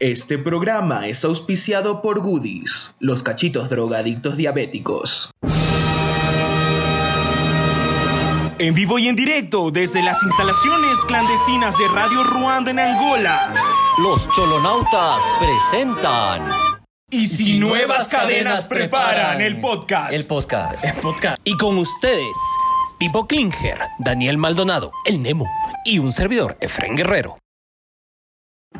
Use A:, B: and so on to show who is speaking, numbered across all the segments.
A: Este programa es auspiciado por Goodies, los cachitos drogadictos diabéticos.
B: En vivo y en directo desde las instalaciones clandestinas de Radio Ruanda en Angola.
C: Los Cholonautas presentan
B: Y si, nuevas cadenas preparan el podcast.
C: El podcast.
D: podcast. Y con ustedes, Pipo Klinger, Daniel Maldonado, el Nemo y un servidor, Efren Guerrero.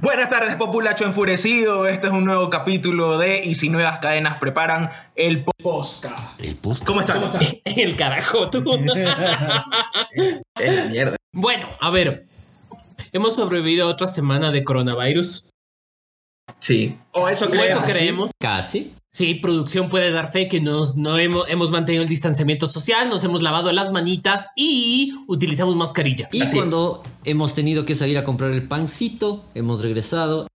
A: Buenas tardes, populacho enfurecido. Este es un nuevo capítulo de Y si nuevas cadenas preparan el podcast.
C: El podcast.
A: ¿Cómo están?
D: El carajo, tú.
A: Es la mierda.
D: bueno, a ver. Hemos sobrevivido a otra semana de coronavirus.
A: Sí. O eso
D: O
A: creemos.
D: eso creemos.
C: Casi.
D: Sí, producción puede dar fe que nos, no hemos, hemos mantenido el distanciamiento social, nos hemos lavado las manitas y utilizamos mascarilla.
C: Y
A: Así
C: cuando hemos tenido que salir a comprar el pancito, hemos regresado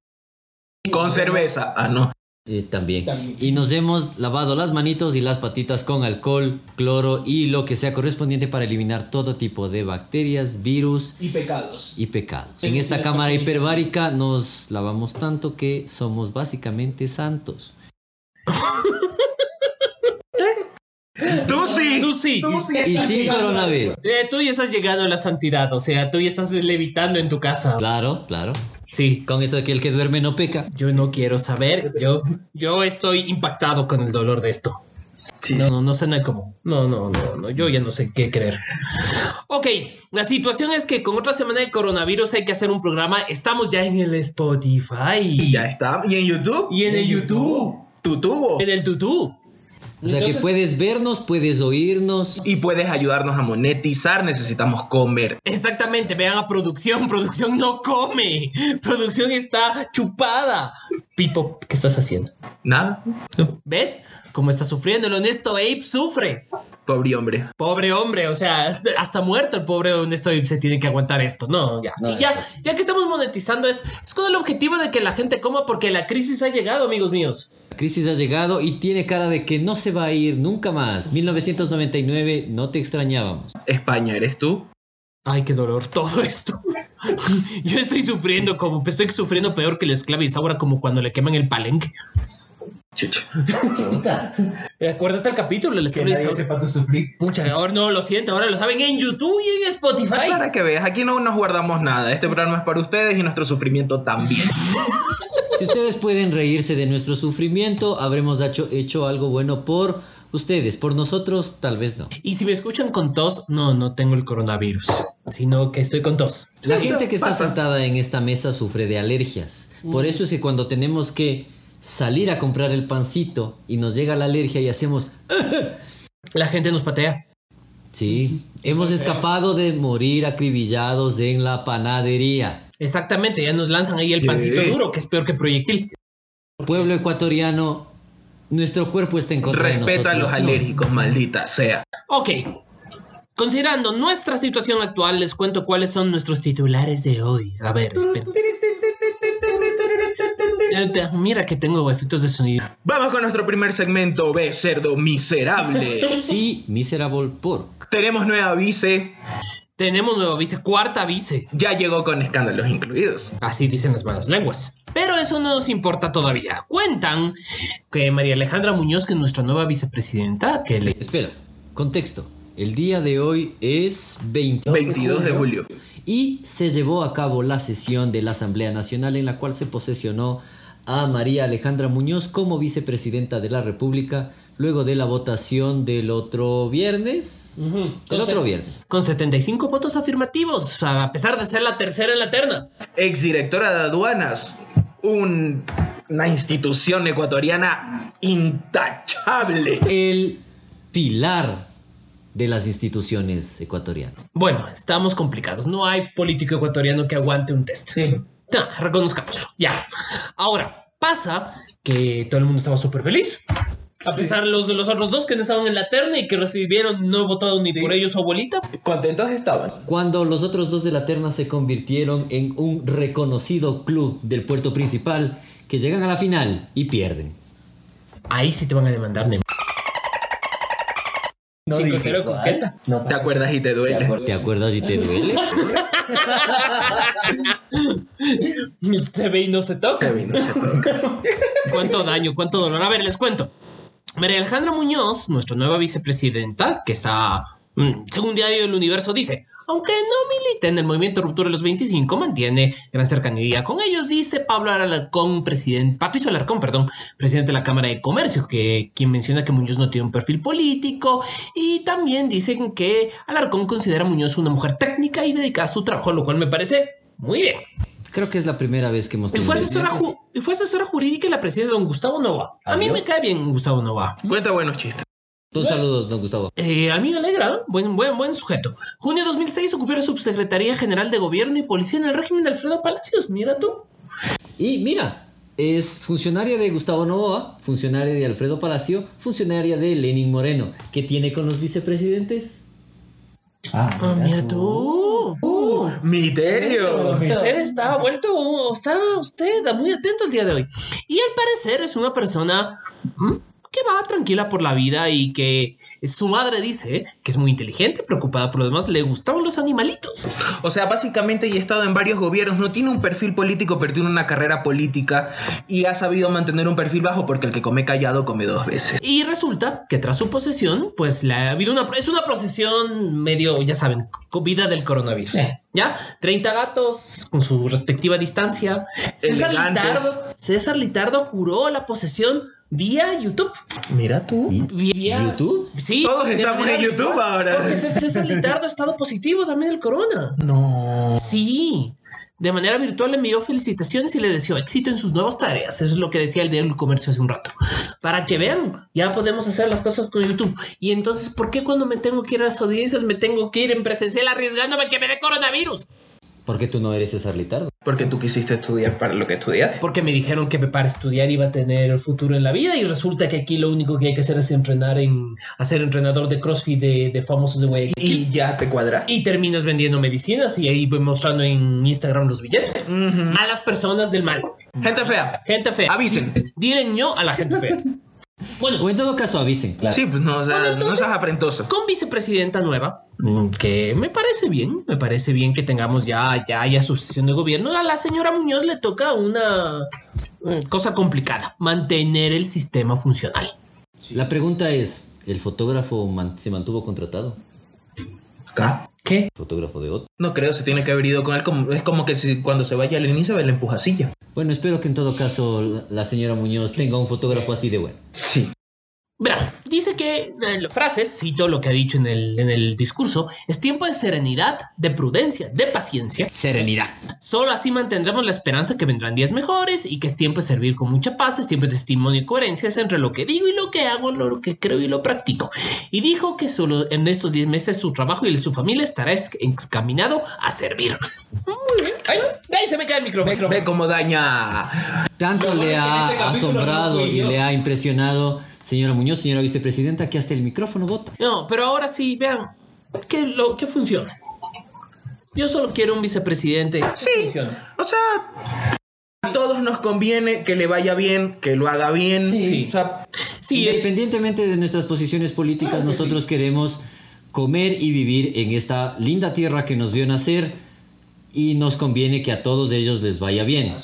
A: Con cerveza. Ah, no.
C: eh, también. Y nos hemos lavado las manitos y las patitas con alcohol, cloro y lo que sea correspondiente para eliminar todo tipo de bacterias, virus
E: y pecados.
C: y pecados. En esta cámara hiperbárica nos lavamos tanto que somos básicamente santos.
A: Tú sí.
D: Tú sí.
C: Y sin coronavirus.
D: Eh, tú ya estás llegando a la santidad, o sea, tú ya estás levitando en tu casa.
C: Claro, claro.
D: Sí.
C: Con eso de que el que duerme no peca.
D: Yo no quiero saber. Yo, yo estoy impactado con el dolor de esto.
A: Sí,
D: No,
A: sí.
D: no, no suena como. No, no, no, no. Yo ya no sé qué creer. Ok, la situación es que con otra semana de coronavirus hay que hacer un programa. Estamos ya en el Spotify.
A: Ya está. ¿Y en YouTube?
D: Y en el YouTube.
A: Tu tubo.
D: En el tutú.
C: O sea que puedes vernos, puedes oírnos.
A: Y puedes ayudarnos a monetizar. Necesitamos comer.
D: Exactamente, vean a producción. Producción no come. Producción está chupada. Pipo, ¿qué estás haciendo?
A: Nada.
D: ¿Ves? Cómo está sufriendo el honesto Ape sufre.
A: Pobre hombre.
D: Pobre hombre, o sea, hasta muerto el pobre honesto y se tiene que aguantar esto. No, ya.
C: No,
D: y ya, ya que estamos monetizando, es, es con el objetivo de que la gente coma porque la crisis ha llegado, amigos míos.
C: La crisis ha llegado y tiene cara de que no se va a ir nunca más. 1999, no te extrañábamos.
A: España, ¿eres tú?
D: Ay, qué dolor todo esto. Yo estoy sufriendo como, estoy sufriendo peor que el esclavo ahora como cuando le queman el palenque.
A: Chucha.
D: Acuérdate el capítulo, el
E: Que
D: esclavo
E: nadie sepa tu sufrir.
D: Pucha, ahora no, lo siento, ahora lo saben en YouTube y en Spotify.
A: Para que veas, aquí no nos guardamos nada. Este programa es para ustedes y nuestro sufrimiento también.
C: Si ustedes pueden reírse de nuestro sufrimiento, habremos hecho, hecho algo bueno por ustedes. Por nosotros, tal vez no.
D: Y si me escuchan con tos, no, no tengo el coronavirus, sino que estoy con tos.
C: La
A: Sí,
C: gente que está
A: pasa.
C: sentada en esta mesa sufre de alergias. Por eso es que cuando tenemos que salir a comprar el pancito y nos llega la alergia y hacemos... "Eh".
D: La gente nos patea.
C: Sí, hemos escapado de morir acribillados en la panadería.
D: Exactamente, ya nos lanzan ahí el pancito
A: Sí.
D: duro, que es peor que proyectil.
C: Pueblo ecuatoriano, nuestro cuerpo está en contra
A: Respeta a
C: de nosotros.
A: los
C: No,
A: alérgicos, maldita sea.
D: Ok, considerando nuestra situación actual, les cuento cuáles son nuestros titulares de hoy. A ver, espera. Eh, te- Mira que tengo efectos de sonido.
A: Vamos con nuestro primer segmento, ve cerdo miserable.
C: Sí, miserable pork.
A: Tenemos nueva vice,
D: Tenemos nueva vice, cuarta vice.
A: ya llegó con escándalos incluidos.
D: Así dicen las malas lenguas. Pero eso no nos importa todavía. Cuentan que María Alejandra Muñoz, que es nuestra nueva vicepresidenta, que le...
C: Espera, contexto. El día de hoy es 20
A: 22 de julio.
C: y se llevó a cabo la sesión de la Asamblea Nacional en la cual se posesionó a María Alejandra Muñoz como vicepresidenta de la República luego de la votación del otro viernes. El otro viernes.
D: Con 75 votos afirmativos, a pesar de ser la tercera en la terna.
A: Exdirectora de aduanas, un- una institución ecuatoriana intachable.
C: El pilar de las instituciones ecuatorianas.
D: Bueno, estamos complicados. No hay político ecuatoriano que aguante un test. No, reconozcámoslo. Ya. Ahora, pasa que todo el mundo estaba súper feliz. A pesar de los de los otros dos que no estaban en la terna y que recibieron, no votaron ni por ellos su abuelita.
A: Contentos estaban.
C: Cuando los otros dos de la terna se convirtieron en un reconocido club del puerto principal que llegan a la final y pierden.
D: Ahí sí te van a demandar, Nemo.
E: No
D: 5-0
E: dije
D: con
E: cuál.
D: Keta.
E: No,
A: ¿Te acuerdas y te
E: ¿Te
A: duele?
E: acuerdas?
C: ¿Te acuerdas y te duele?
D: Se ve y no se toca.
A: Se vino, se toca.
D: ¿Cuánto daño? ¿Cuánto dolor? A ver, les cuento. María Alejandra Muñoz, nuestra nueva vicepresidenta, que está, mm, según Diario del Universo, dice, aunque no milita en el movimiento Ruptura de los 25, mantiene gran cercanía con ellos, dice Pablo Alarcón, presidente, Patricio Alarcón, perdón, presidente de la Cámara de Comercio, que quien menciona que Muñoz no tiene un perfil político, y también dicen que Alarcón considera a Muñoz una mujer técnica y dedicada a su trabajo, lo cual me parece muy bien.
C: Creo que es la primera vez que hemos
D: Y
C: tenido.
D: fue, asesora ju- y fue asesora jurídica y la preside don Gustavo Nova. A mí
E: Adiós.
D: me cae bien Gustavo Nova.
A: Cuenta buenos chistes.
C: Dos saludos, don Gustavo.
D: Eh, a mí me alegra, ¿eh? buen, buen, buen sujeto. Junio de 2006 ocupó la Subsecretaría General de Gobierno y Policía en el régimen de Alfredo Palacios. Mira tú.
C: Y mira, es funcionaria de Gustavo Novoa, funcionaria de Alfredo Palacio, funcionaria de Lenin Moreno. ¿Qué tiene con los vicepresidentes?
E: Ah,
D: Ah, mira tú.
A: ¡Miterio!
D: Usted está vuelto, está usted muy atento el día de hoy. Y al parecer es una persona mm, que va tranquila por la vida y que su madre dice que es muy inteligente, preocupada por lo demás, le gustaban los animalitos.
A: O sea, básicamente ya ha estado en varios gobiernos, no tiene un perfil político, pero tiene una carrera política y ha sabido mantener un perfil bajo porque el que come callado come dos veces.
D: Y resulta que tras su posesión, pues la ha habido una es una procesión medio, ya saben, vida del coronavirus. ¿Ya? 30 gatos con su respectiva distancia.
A: Elegantes.
D: César Litardo juró la posesión vía YouTube.
A: Mira tú.
D: Vía
C: ¿YouTube?
D: Sí.
A: Todos
D: de
A: estamos
D: manera
A: en YouTube
D: virtual,
A: ahora.
D: Porque César, César Litardo ha estado positivo también del corona.
A: No.
D: Sí. De manera virtual le envió felicitaciones y le deseó éxito en sus nuevas tareas. Eso es lo que decía el del comercio hace un rato. Para que vean, ya podemos hacer las cosas con YouTube. Y entonces, ¿por qué cuando me tengo que ir a las audiencias me tengo que ir en presencial arriesgándome que me dé coronavirus?
C: Porque tú no eres César Litardo.
A: Porque tú quisiste estudiar para lo que estudiaste.
D: Porque me dijeron que para estudiar iba a tener futuro en la vida y resulta que aquí lo único que hay que hacer es entrenar en hacer entrenador de CrossFit de, de famosos de Guayaquil.
A: Y ya te cuadraste.
D: Y terminas vendiendo medicinas y ahí voy mostrando en Instagram los billetes.
A: Ujú.
D: Malas personas del mal.
A: Gente fea,
D: Gente fea.
A: avisen.
D: Diren no a la gente fea. Bueno,
C: O en todo caso avisen, claro.
A: Sí, pues no, o sea,
D: Bueno,
A: no
D: entonces-
A: seas afrentoso.
D: con vicepresidenta nueva, mm, que me parece bien, me parece bien que tengamos ya, ya, ya sucesión de gobierno, a la señora Muñoz le toca una mm, cosa complicada, mantener el sistema funcional.
C: La pregunta es, ¿el fotógrafo man- se mantuvo contratado?
A: Acá.
D: ¿Qué?
C: Fotógrafo de otro.
A: No creo, se tiene que haber ido con él. Como, es como que si, cuando se vaya Lenin se ve la empujacilla.
C: Bueno, espero que en todo caso la- la señora Muñoz tenga un fotógrafo así de bueno.
A: Sí.
D: Verán, dice que, eh, la frase, cito lo que ha dicho en el, en el discurso, es tiempo de serenidad, de prudencia, de paciencia,
C: Serenidad.
D: Solo así mantendremos la esperanza que vendrán días mejores y que es tiempo de servir con mucha paz, es tiempo de testimonio y coherencia entre lo que digo y lo que hago, lo que creo y lo practico. Y dijo que solo en estos 10 meses su trabajo y el de su familia estará es- encaminado a servir. Muy bien. Ay, ahí se me cae el micrófono.
A: Ve cómo daña.
C: Tanto le ha
E: este capítulo no
C: asombrado
E: fui
C: y
E: yo.
C: le ha impresionado, señora Muñoz, señora vicepresidenta, que hasta el micrófono vota.
D: No, pero ahora sí, vean, que lo que funciona. Yo solo quiero un vicepresidente.
A: Sí. O sea, a todos nos conviene que le vaya bien, que lo haga bien.
E: Sí.
A: O sea,
D: Sí, es-
C: Independientemente de nuestras posiciones políticas,
E: Claro que
C: nosotros queremos comer y vivir en esta linda tierra que nos vio nacer y nos conviene que a todos ellos les vaya bien.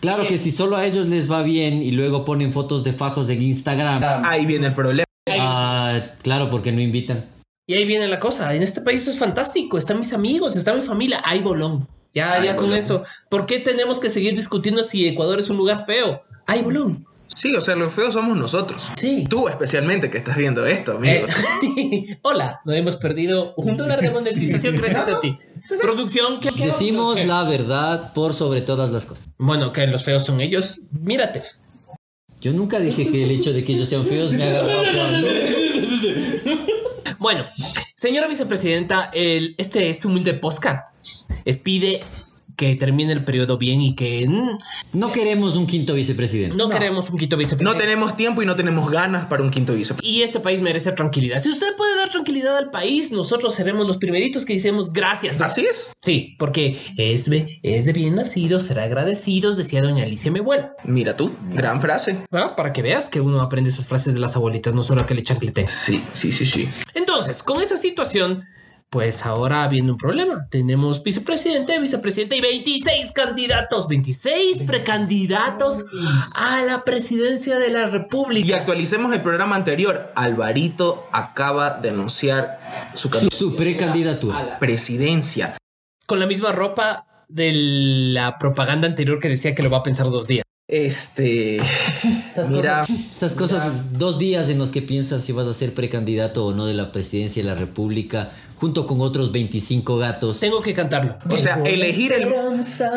C: Claro que si solo a ellos les va bien y luego ponen fotos de fajos en Instagram,
A: ahí viene el problema.
C: ah, claro, porque no invitan.
D: Y ahí viene la cosa. En este país es fantástico. Están mis amigos, está mi familia. Hay bolón. Ya,
A: Hay
D: ya con
A: bolón.
D: eso. ¿Por qué tenemos que seguir discutiendo si Ecuador es un lugar feo? Hay bolón.
A: Sí, o sea, los feos somos nosotros.
D: Sí.
A: Tú especialmente que estás viendo esto,
D: Eh,
A: amigo.
D: hola, no hemos perdido un dólar de monetización gracias a ti. Producción que
C: Decimos la verdad por sobre todas las cosas.
D: Bueno, que los feos son ellos. Mírate.
C: Yo nunca dije que el hecho de que ellos sean feos me haga guapo a mí.
D: Bueno, señora vicepresidenta, el, este, este humilde posca eh, pide que termine el periodo bien y que mm,
C: No queremos un quinto vicepresidente.
D: no, queremos un quito
A: No
D: vicepresidente.
A: tenemos tiempo y no tenemos ganas para un quinto vicepresidente.
D: y este país merece tranquilidad. Si usted puede dar tranquilidad al país, nosotros seremos los primeritos que decimos gracias.
A: Así es.
D: Sí, porque es, de- es de bien nacidos, será agradecidos, decía doña Alicia, mi abuela.
A: Mira tú, gran frase.
D: Ah, Para que veas que uno aprende esas frases de las abuelitas, no solo a que le chancleten.
A: Sí, sí, sí, sí.
D: Entonces, con esa situación, pues ahora viene un problema. Tenemos vicepresidente, vicepresidente y 26 candidatos, 26 precandidatos a la presidencia de la
A: Y
D: República.
A: actualicemos el programa anterior. Alvarito acaba de anunciar su
C: Su,
A: candidatura
C: su
A: a
C: precandidatura.
A: la presidencia.
D: Con la misma ropa de la propaganda anterior que decía que lo va a pensar dos días.
A: Este. Mira,
C: Esas cosas, dos días en los que piensas si vas a ser precandidato o no de la presidencia de la República, junto con otros 25 gatos.
D: Tengo que cantarlo.
A: o sea, elegir el,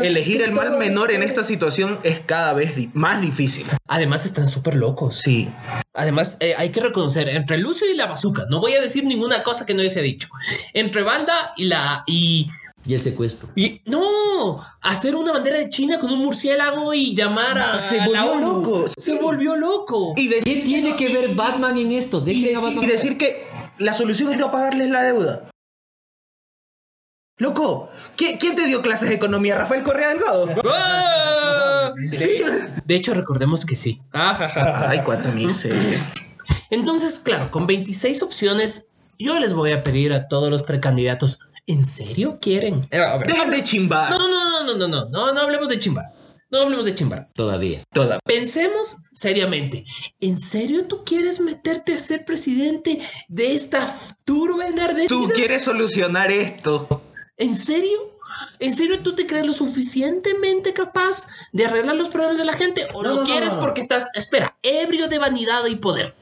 A: elegir el mal menor en esta situación es cada vez di- más difícil.
D: Además, están súper locos.
A: Sí.
D: Además, eh, hay que reconocer, entre Lucio y la Bazuca, no voy a decir ninguna cosa que no haya dicho. Entre Banda y la. y.
C: Y el secuestro.
D: y- no, hacer una bandera de China con un murciélago y llamar a.
A: Se
D: a Ah, la
A: volvió
D: ONU.
A: loco.
D: Se volvió loco.
A: Y
C: ¿Qué
A: decir,
C: tiene que ver Batman en esto?
A: y
C: Dejen a
A: decir- y
C: Batman.
A: decir que la solución es no pagarles la deuda. Loco, ¿quién, quién te dio clases de economía? ¿Rafael Correa Delgado?
D: ¡Ah!
A: Sí.
D: De hecho, recordemos que sí. Ajaja.
A: Ay, cuánta miseria.
D: Entonces, claro, con 26 opciones, yo les voy a pedir a todos los precandidatos: ¿en serio quieren? Eh, a ver.
A: Dejen de
D: No,
A: chimbar.
D: no, no, no, no, no, no, no hablemos de chimbar. No hablemos de chimbar.
C: Todavía.
A: Toda.
D: Pensemos seriamente, ¿en serio tú quieres meterte a ser presidente de esta f- turba enardecida?
A: Tú quieres solucionar esto.
D: ¿En serio? ¿En serio tú te crees lo suficientemente capaz de arreglar los problemas de la gente? ¿O
C: No,
D: lo
C: no, no,
D: quieres
C: no, no.
D: porque estás, espera, ebrio de vanidad y poder?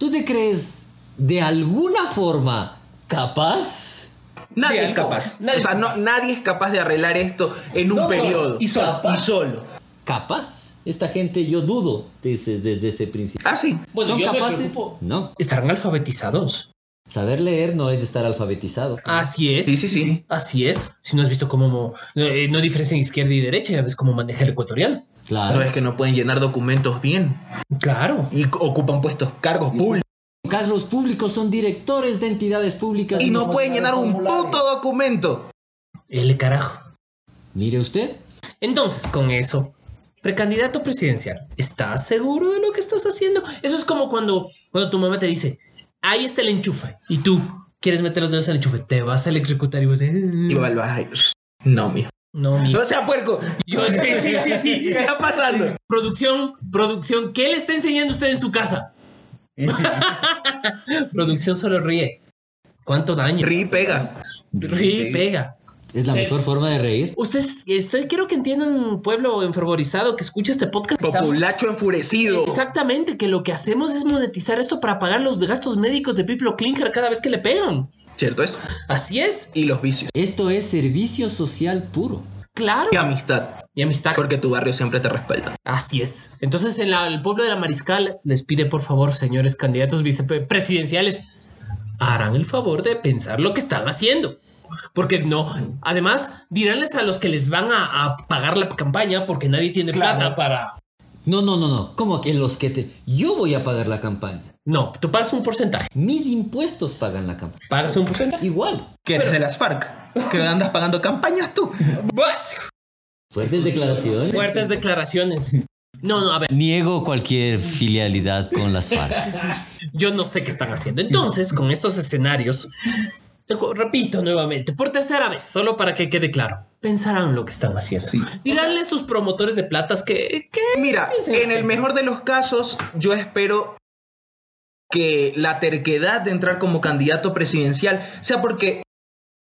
C: ¿Tú te crees de alguna forma capaz?
A: Nadie
D: De
A: es
D: algo.
A: capaz.
D: Nadie
A: o sea, no, nadie es capaz de arreglar esto en un periodo.
D: y solo.
A: Y solo.
C: ¿Capaz? Esta gente yo dudo, dices desde ese principio.
A: Ah, sí.
C: ¿Son capaces? No.
D: ¿Estarán alfabetizados?
C: Saber leer no es estar alfabetizado.
D: Así es.
A: Sí, sí, sí.
D: Así es. Si no has visto cómo no, eh, no diferencian izquierda y derecha, ya ves cómo maneja el ecuatoriano.
A: No
C: Claro.
A: es que no pueden llenar documentos bien
D: Claro.
A: y c- ocupan puestos, cargos públicos.
C: Cargos públicos son directores de entidades públicas.
A: Y no pueden llenar un puto documento.
D: El carajo.
C: Mire usted.
D: Entonces, con eso, precandidato presidencial, ¿estás seguro de lo que estás haciendo? Eso es como cuando, cuando tu mamá te dice, ahí está el enchufe, y tú quieres meter los dedos al enchufe, te vas a electrocutar y vos... "Eh,
A: Y va el baja- No, mijo.
D: No, mi...
A: No sea puerco.
D: Yo, sí, sí, sí, sí.
A: ¿Qué está pasando?
D: Producción, producción, ¿qué le está enseñando usted en su casa? producción solo ríe. ¿Cuánto daño?
A: Ri pega.
D: Ríe y pega.
C: Es
A: Eh.
C: la mejor forma de reír.
D: Ustedes, estoy, quiero que entiendan un pueblo enfervorizado que escucha este podcast.
A: Populacho enfurecido.
D: Exactamente, que lo que hacemos es monetizar esto para pagar los gastos médicos de Piplo Klinger cada vez que le pegan.
A: ¿Cierto es?
D: Así es,
A: Y los vicios.
C: Esto es servicio social puro.
D: claro.
A: Y amistad.
D: Y amistad.
A: Porque tu barrio siempre te respalda.
D: Así es. Entonces, en la- el pueblo de la Mariscal les pide, por favor, señores candidatos vicepresidenciales, harán el favor de pensar lo que están haciendo. Porque no, además, diránles a los que les van a, a pagar la campaña porque nadie tiene plata para.
C: No, no, no, no. ¿Cómo que los que te... Yo voy a pagar la campaña.
D: No, tú pagas un porcentaje.
C: Mis impuestos pagan la campaña.
D: Pagas un porcentaje.
C: Igual.
A: Que eres de las FARC. Que andas pagando campañas tú.
D: ¡Bas!
C: Fuertes declaraciones.
D: Fuertes declaraciones. No, no, a ver.
C: Niego cualquier filialidad con las FARC.
D: Yo no sé qué están haciendo. Entonces, con estos escenarios, recu- repito nuevamente, por tercera vez, solo para que quede claro, pensarán lo que están haciendo. Díganle a sus promotores de platas que, que
A: Mira, en el mejor de los casos, yo espero que la terquedad de entrar como candidato presidencial sea porque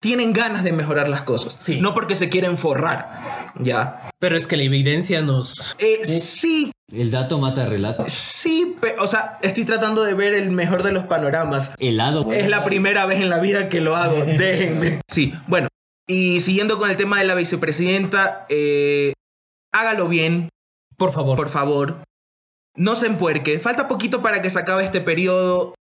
A: tienen ganas de mejorar las cosas,
D: Sí.
A: no porque se quieren forrar. Ya.
D: Pero es que la evidencia nos...
A: Eh, sí,
C: El dato mata relato.
A: sí, pe- o sea, estoy tratando de ver el mejor de los panoramas.
C: Helado.
A: Es la primera vez en la vida que lo hago, déjenme. Sí, bueno, y siguiendo con el tema de la vicepresidenta, eh, hágalo bien,
D: Por favor,
A: por favor. No se empuerque. Falta poquito para que se acabe este periodo.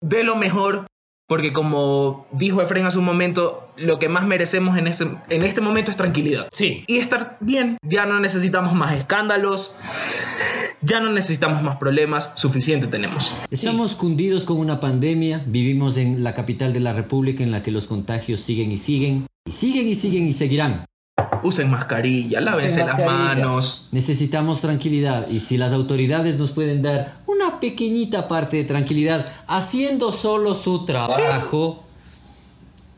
A: De lo mejor. Porque como dijo Efren hace un momento, lo que más merecemos en este, en este momento es tranquilidad.
D: Sí.
A: Y estar bien, ya no necesitamos más escándalos, ya no necesitamos más problemas, suficiente tenemos.
C: Estamos cundidos con una pandemia, vivimos en la capital de la República en la que los contagios siguen y siguen, y siguen y siguen y seguirán.
A: Usen mascarilla, lávense las
E: mascarilla.
A: manos.
C: Necesitamos tranquilidad y si las autoridades nos pueden dar una pequeñita parte de tranquilidad haciendo solo su trabajo,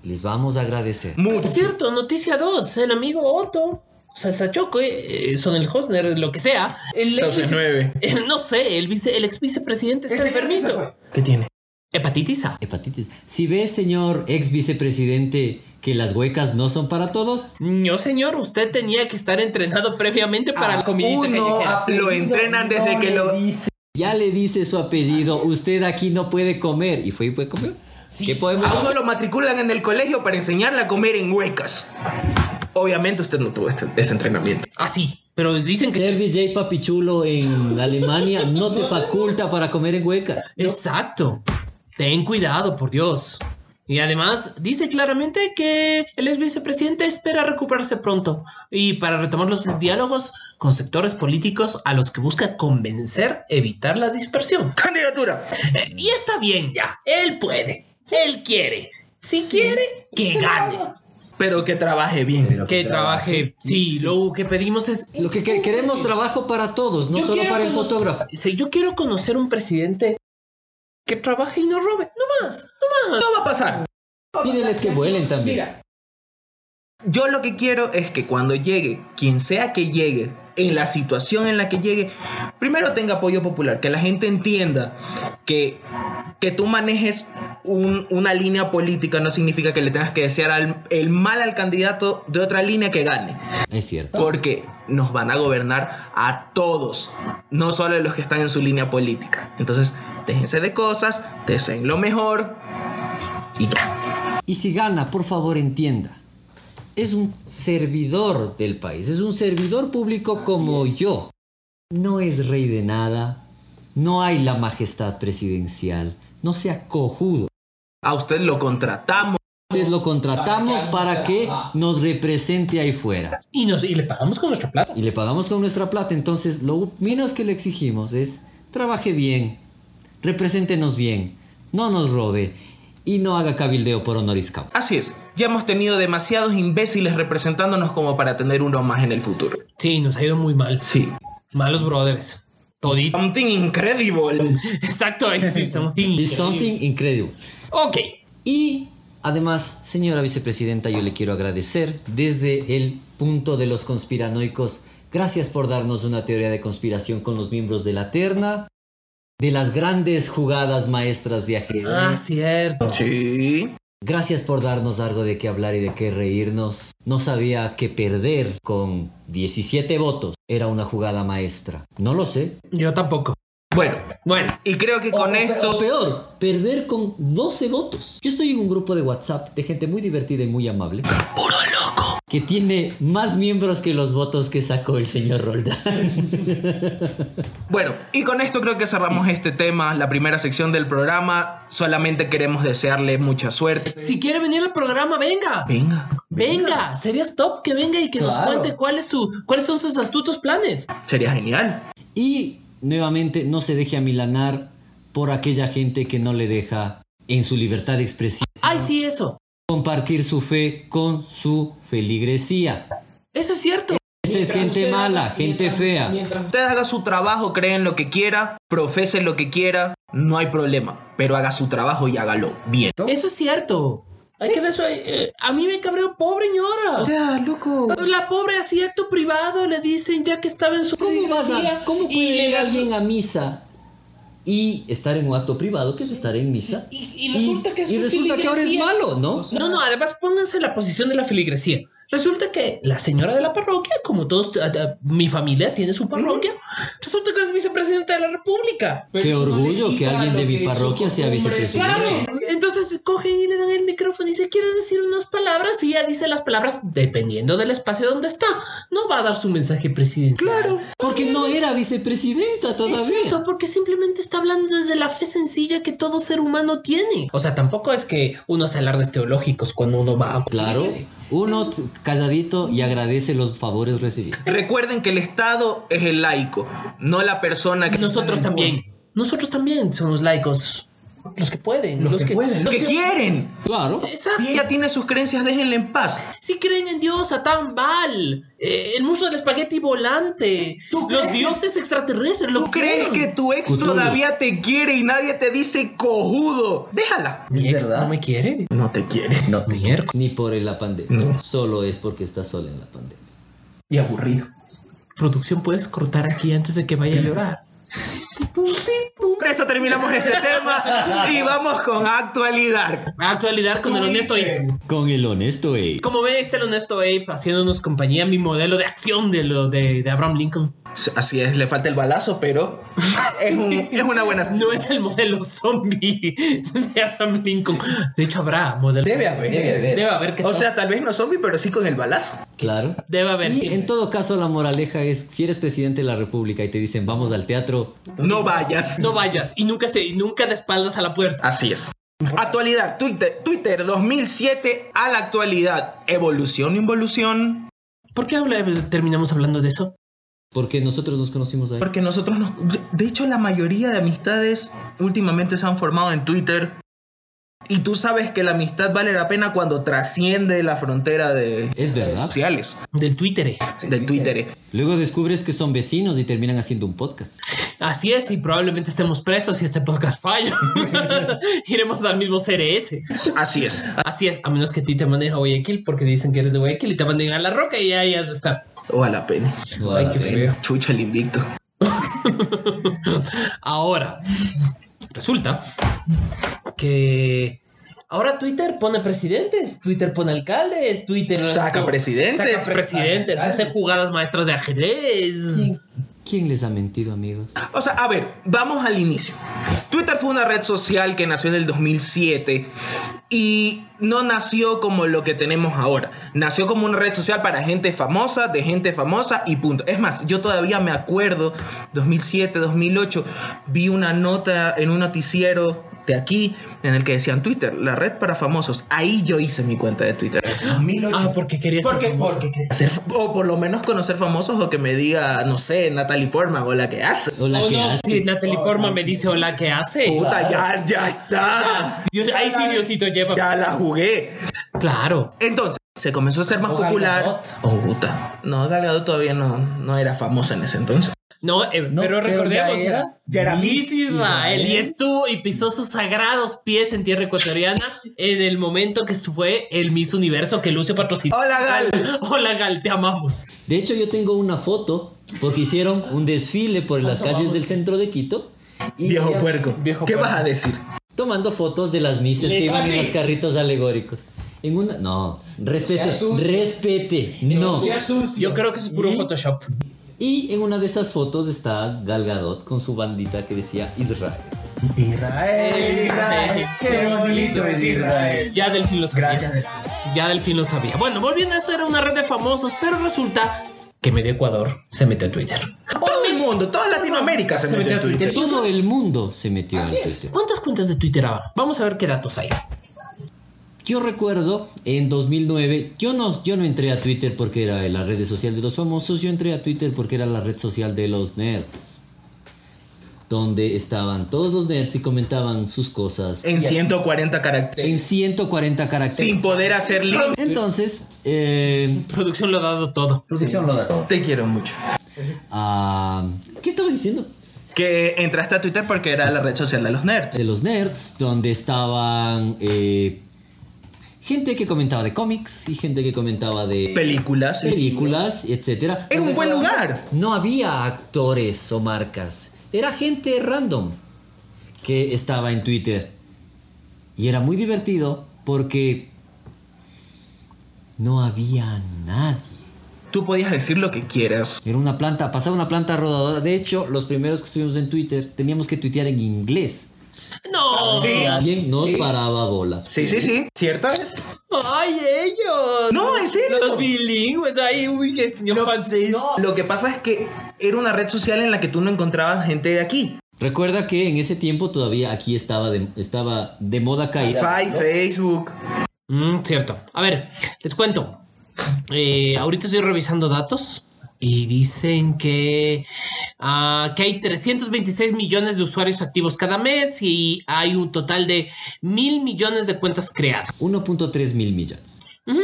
C: les vamos a agradecer.
A: Mucho.
D: Por cierto, noticia 2, el amigo Otto, Salsa Choco, eh, eh, son el Hosner, lo que sea.
E: El
A: Entonces, nueve.
D: Eh, no sé, el, vice, el ex vicepresidente está enfermito.
A: ¿Qué tiene?
D: Hepatitis A.
C: Hepatitis. Si ve, señor ex vicepresidente, que las huecas no son para todos,
D: No, señor, usted tenía que estar entrenado previamente para la comida.
A: Uno lo entrenan desde que lo...
C: ya le dice su apellido, usted aquí no puede comer. Y fue y puede comer. ¿Qué podemos
A: A
C: hacer?
A: uno lo matriculan en el colegio para enseñarle a comer en huecas. Obviamente usted no tuvo este- ese entrenamiento.
D: Así, Ah, pero dicen que...
C: Ser DJ Papichulo en Alemania no te faculta para comer en huecas.
D: Exacto. Ten cuidado, por Dios. Y además dice claramente que el ex vicepresidente espera recuperarse pronto y para retomar los diálogos con sectores políticos a los que busca convencer evitar la dispersión.
A: Candidatura.
D: Eh, y está bien ya, él puede, él quiere. Si quiere, que gane,
A: Pero que trabaje bien.
D: que, trabaje. Sí, lo que pedimos es...
C: Lo que que- queremos trabajo para todos, no
D: Yo
C: solo
D: quiero
C: para el
D: conocer-
C: fotógrafo.
D: Sí, Yo quiero conocer un presidente que trabaje y no robe. No más, no más.
A: No va a pasar.
C: Pídeles que vuelen también.
A: Yo lo que quiero es que cuando llegue, quien sea que llegue, en la situación en la que llegue, primero tenga apoyo popular, que la gente entienda que, que tú manejes un- una línea política no significa que le tengas que desear al- el mal al candidato de otra línea que gane.
C: Es cierto.
A: Porque nos van a gobernar a todos, no solo a los que están en su línea política. Entonces, déjense de cosas, deseen lo mejor y ya.
C: Y si gana, por favor entienda. Es un servidor del país, es un servidor público como yo. No es rey de nada, no hay la majestad presidencial, no sea cojudo.
A: A usted lo contratamos.
C: Ustedes lo contratamos para que nos represente ahí fuera.
D: Y, nos, y le pagamos con nuestra plata.
C: y le pagamos con nuestra plata. Entonces, lo menos que le exigimos es trabaje bien, represéntenos bien, no nos robe y no haga cabildeo por honoris causa.
A: Así es, ya hemos tenido demasiados imbéciles representándonos como para tener uno más en el futuro.
D: Sí, nos ha ido muy mal.
A: Sí.
D: Malos brothers. Todito.
A: Something incredible.
D: Exacto, ahí sí, something.
C: It's something incredible.
D: Ok.
C: Y además, señora vicepresidenta, yo le quiero agradecer desde el punto de los conspiranoicos. Gracias por darnos una teoría de conspiración con los miembros de la terna, de las grandes jugadas maestras de ajedrez.
D: Ah, cierto.
A: Sí.
C: Gracias por darnos algo de qué hablar y de qué reírnos. No sabía que perder con 17 votos era una jugada maestra. No lo sé.
D: Yo tampoco.
A: Bueno,
D: Bueno,
A: y creo que con
C: O
A: esto...
C: peor, perder con 12 votos. Yo estoy en un grupo de WhatsApp de gente muy divertida y muy amable. Puro loco. Que tiene más miembros que los votos que sacó el señor Roldán.
A: Bueno, y con esto creo que cerramos este tema, la primera sección del programa. Solamente queremos desearle mucha suerte.
D: si quiere venir al programa, venga.
A: Venga.
D: Venga, sería top que venga y que nos
E: Claro.
D: cuente cuál es su, cuáles son sus astutos planes.
A: Sería genial.
C: Y nuevamente no se deje amilanar por aquella gente que no le deja en su libertad de expresión
D: Ay, sí, eso.
C: compartir su fe con su feligresía.
D: Eso es cierto.
C: Esa es gente mala, gente fea.
A: Usted haga su trabajo, cree en lo que quiera, profese lo que quiera, no hay problema. Pero haga su trabajo y hágalo bien.
D: Eso es cierto. Hay que ver eso. ahí. Eh, a mí me cabreó pobre señora.
A: sea, loco.
D: La pobre hacía acto privado, le dicen ya que estaba en su
C: ¿Cómo vas
D: feligresía.
C: a, cómo
D: Y
C: puede ir
D: le-
C: alguien a misa y estar en un acto privado, que es estar en misa?
E: Y, y resulta que es
C: y
E: un
C: resulta que ahora es
E: feligresía.
C: malo, ¿no?
D: No, no, además pónganse en la posición de la feligresía. Resulta que la señora de la parroquia, como todos, a- a- mi familia tiene su parroquia, resulta que es vicepresidenta de la República.
E: Pero
C: Qué
E: eso no le
C: orgullo que
E: quita
C: alguien
E: lo
C: de mi
E: que
C: parroquia
E: su
C: sea
E: costumbre,
C: vicepresidente.
E: claro.
D: Entonces cogen y le dan el micrófono y dice, quiere decir unas palabras y ella dice las palabras dependiendo del espacio donde está. No va a dar su mensaje presidencial. Claro.
C: Porque no era vicepresidenta
D: Exacto,
C: todavía.
D: porque simplemente está hablando desde la fe sencilla que todo ser humano tiene. O sea, tampoco es que uno hace alardes teológicos cuando uno va a...
C: Claro, uno t- calladito y agradece los favores recibidos.
A: Recuerden que el Estado es el laico, no la persona que...
D: Nosotros también. Nosotros también somos laicos. Los que pueden.
E: Los que pueden.
A: Lo que quieren.
C: Claro.
D: Exacto.
A: Si ella tiene sus creencias, déjenla en paz.
D: Si creen en Dios, Satán, Baal, eh, el mundo del espagueti volante,
E: ¿Tú
D: los
E: crees?
D: dioses extraterrestres, lo
A: ¿Tú crees que tu ex
C: Cthulhu.
A: todavía te quiere y nadie te dice cojudo? Déjala.
D: mi
E: Es
D: ex
E: verdad.
D: no me quiere?
A: No te quiere.
D: No te quiero.
C: Ni por la pandemia.
A: No.
C: Solo es porque está sola en la pandemia.
E: Y aburrido.
D: Producción, puedes cortar aquí antes de que vaya a llorar.
A: Con esto terminamos este tema y vamos con actualidad.
D: Actualidad con el honesto Ape.
C: Con el honesto, e-, ey.
D: Como ven, ahí está este el honesto Ape haciéndonos compañía, mi modelo de acción de lo de, de Abraham Lincoln.
A: Así es, le falta el balazo, pero es, un- es una buena.
D: No es el modelo zombie de Abraham Lincoln. De hecho, habrá modelo.
A: Debe haber.
E: Debe haber.
D: Debe haber que
A: O sea, tal vez no zombie, pero sí con el balazo.
C: Claro.
D: debe haber.
C: Y
D: siempre.
C: en todo caso, la moraleja es: si eres presidente de la república y te dicen vamos al teatro,
A: No vayas.
D: No vayas y nunca se, y nunca de espaldas a la puerta.
A: Así es. Actualidad, Twitter, Twitter 2007 a la actualidad. Evolución, involución.
D: ¿Por qué habla- terminamos hablando de eso?
C: porque nosotros nos conocimos ahí.
A: Porque nosotros nos... de- De hecho, la mayoría de amistades últimamente se han formado en Twitter. Y tú sabes que la amistad vale la pena cuando trasciende la frontera de
C: Es verdad.
A: sociales,
D: Del Twitter. eh.
A: del Twitter.
C: Luego descubres que son vecinos y terminan haciendo un podcast.
D: Así es, y probablemente estemos presos si este podcast falla. Iremos al mismo CRS.
A: Así es.
D: Así es, a menos que a ti te manden a Guayaquil porque dicen que eres de Guayaquil y te manden a La Roca y ahí has de estar.
A: O a la pena.
C: No, a la pena.
A: Chucha el invicto.
D: Ahora, resulta que ahora Twitter pone presidentes, Twitter pone alcaldes, Twitter
A: Saca presidentes.
D: Saca presidentes, hace jugadas maestras de ajedrez.
C: ¿Quién les ha mentido, amigos?
A: O sea, a ver, vamos al inicio. Twitter fue una red social que nació en el 2007 y no nació como lo que tenemos ahora. Nació como una red social para gente famosa, de gente famosa y punto. Es más, yo todavía me acuerdo, 2007, 2008, vi una nota en un noticiero de aquí en el que decían Twitter, la red para famosos. Ahí yo hice mi cuenta de Twitter.
E: 2008.
D: Ah, porque quería ser
E: Porque,
D: famoso.
E: porque quería-
A: Hacer- o por lo menos conocer famosos o que me diga, no sé, Natalie Portman o la que hace.
C: O la
D: Oh,
C: que
D: no,
C: hace.
D: sí, Natalie Portman me dice hola, ¿qué hace?
A: Puta, ya, ya está.
D: Dios, ahí sí Diosito lleva.
A: Ya la jugué.
D: Claro.
A: Entonces, se comenzó a ser más
E: O Gal
A: popular.
E: Gadot.
A: Oh, puta. No, Gal Gadot todavía no, no era famosa en ese entonces.
D: No, eh,
E: No, pero
D: pero recordemos,
E: ya era- ya era
D: Miss
E: Miss
D: Israel y
E: Israel.
D: estuvo y pisó sus sagrados pies en tierra ecuatoriana en el momento que fue el Miss Universo que Lucio patrocinó.
A: Hola, Gal.
D: Hola Gal, te amamos.
C: De hecho, yo tengo una foto porque hicieron un desfile por las calles del centro de Quito
A: Viejo puerco.
E: viejo
A: ¿Qué
E: puerco.
A: vas a decir?
C: tomando fotos de las misas que iban en los carritos alegóricos. En una. No, respete,
E: No sea sucio.
C: respete. No.
E: sea sucio.
D: Yo creo que es puro
C: ¿Y?
D: Photoshop.
C: Y en una de esas fotos está Gal Gadot con su bandita que decía Israel.
E: Israel, Israel, qué bonito es Israel.
D: Ya Delfín lo sabía.
E: Gracias.
D: Ya Delfín lo sabía. Bueno, volviendo a esto, era una red de famosos, pero resulta que medio Ecuador se metió a Twitter.
A: Todo el mundo, toda Latinoamérica se, metió en Twitter.
C: Todo el mundo se metió en Twitter.
D: ¿Cuántas cuentas de Twitter ahora? Vamos a ver qué datos hay.
C: Yo recuerdo en 2009, yo no, yo no entré a Twitter porque era la red social de los famosos, yo entré a Twitter porque era la red social de los nerds. Donde estaban todos los nerds y comentaban sus cosas
A: En 140 caracteres.
C: en 140 caracteres.
A: Sin poder hacer link.
C: Entonces, eh,
D: Producción lo ha dado todo.
E: Producción lo da.
A: Te quiero mucho.
C: ah, ¿qué estaba diciendo?
A: Que entraste a Twitter porque era la red social de los nerds.
C: de los nerds, donde estaban eh, gente que comentaba de cómics y gente que comentaba de
A: Películas.
C: películas, etcétera.
A: Era un buen lugar.
C: No había actores o marcas, era gente random que estaba en Twitter. Y era muy divertido porque No había nadie.
A: Tú podías decir lo que quieras.
C: Era una planta, pasaba una planta rodadora. De hecho, los primeros que estuvimos en Twitter teníamos que tuitear en inglés.
D: No.
E: Sí.
C: Alguien nos
A: Sí.
C: paraba bola.
A: Sí, sí, sí. ¿Cierto es?
D: Ay, ellos.
A: No, en serio.
D: Los bilingües ahí, uy, el señor francés.
A: Lo que pasa es que era una red social en la que tú no encontrabas gente de aquí.
C: Recuerda que en ese tiempo todavía aquí estaba de, estaba de moda caer.
A: Fi, Facebook.
D: Mm, cierto. A ver, les cuento. Eh, ahorita estoy revisando datos y dicen que, ah, que hay 326 millones de usuarios activos cada mes y hay un total de mil millones de cuentas creadas.
C: 1.3 mil millones.
D: Ujú.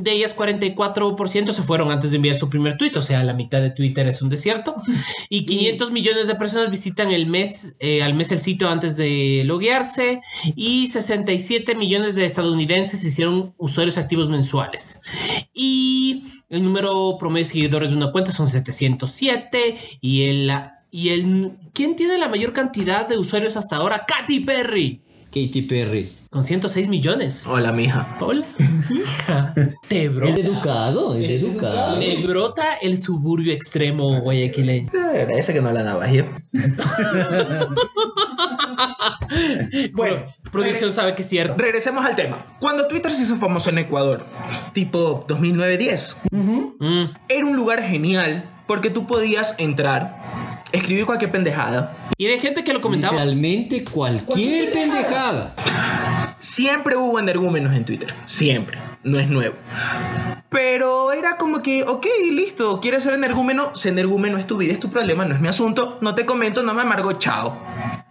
D: De ellas 44% se fueron antes de enviar su primer tweet, o sea, la mitad de Twitter es un desierto. Y 500 millones de personas visitan el mes, eh, al mes el sitio antes de loguearse. Y 67 millones de estadounidenses se hicieron usuarios activos mensuales. Y el número promedio de seguidores de una cuenta son 707. Y el... Y el ¿Quién tiene la mayor cantidad de usuarios hasta ahora? Katy Perry,
C: Katy Perry.
D: con 106 millones.
A: Hola, mija.
D: Hola, hija. Te
C: Es
D: brota.
C: educado, es,
E: Es
C: educado.
E: educado.
D: Me Eh, brota el suburbio extremo guayaquileño.
A: Le agradece Eh, que no la navajé.
E: Bueno,
D: producción sabe que es cierto.
A: Regresemos al tema. Cuando Twitter se hizo famoso en Ecuador, tipo 2009-10,
D: Mm,
A: era un lugar genial porque tú podías entrar, escribir cualquier pendejada.
D: Y de gente que lo comentaba.
C: Realmente cualquier pendejada.
A: Siempre hubo energúmenos en Twitter, siempre, no es nuevo. Pero era como que, ok, listo, quieres ser energúmeno, ser energúmeno es tu vida, es tu problema, no es mi asunto, no te comento, no me amargo, chao.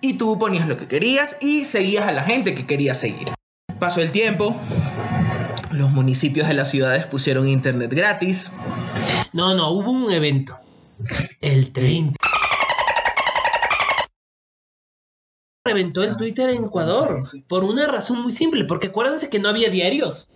A: Y tú ponías lo que querías y seguías a la gente que querías seguir. Pasó el tiempo, los municipios de las ciudades pusieron internet gratis,
D: No, no, hubo un evento. El 30. Reventó el Twitter en Ecuador por una razón muy simple, porque acuérdense que no había diarios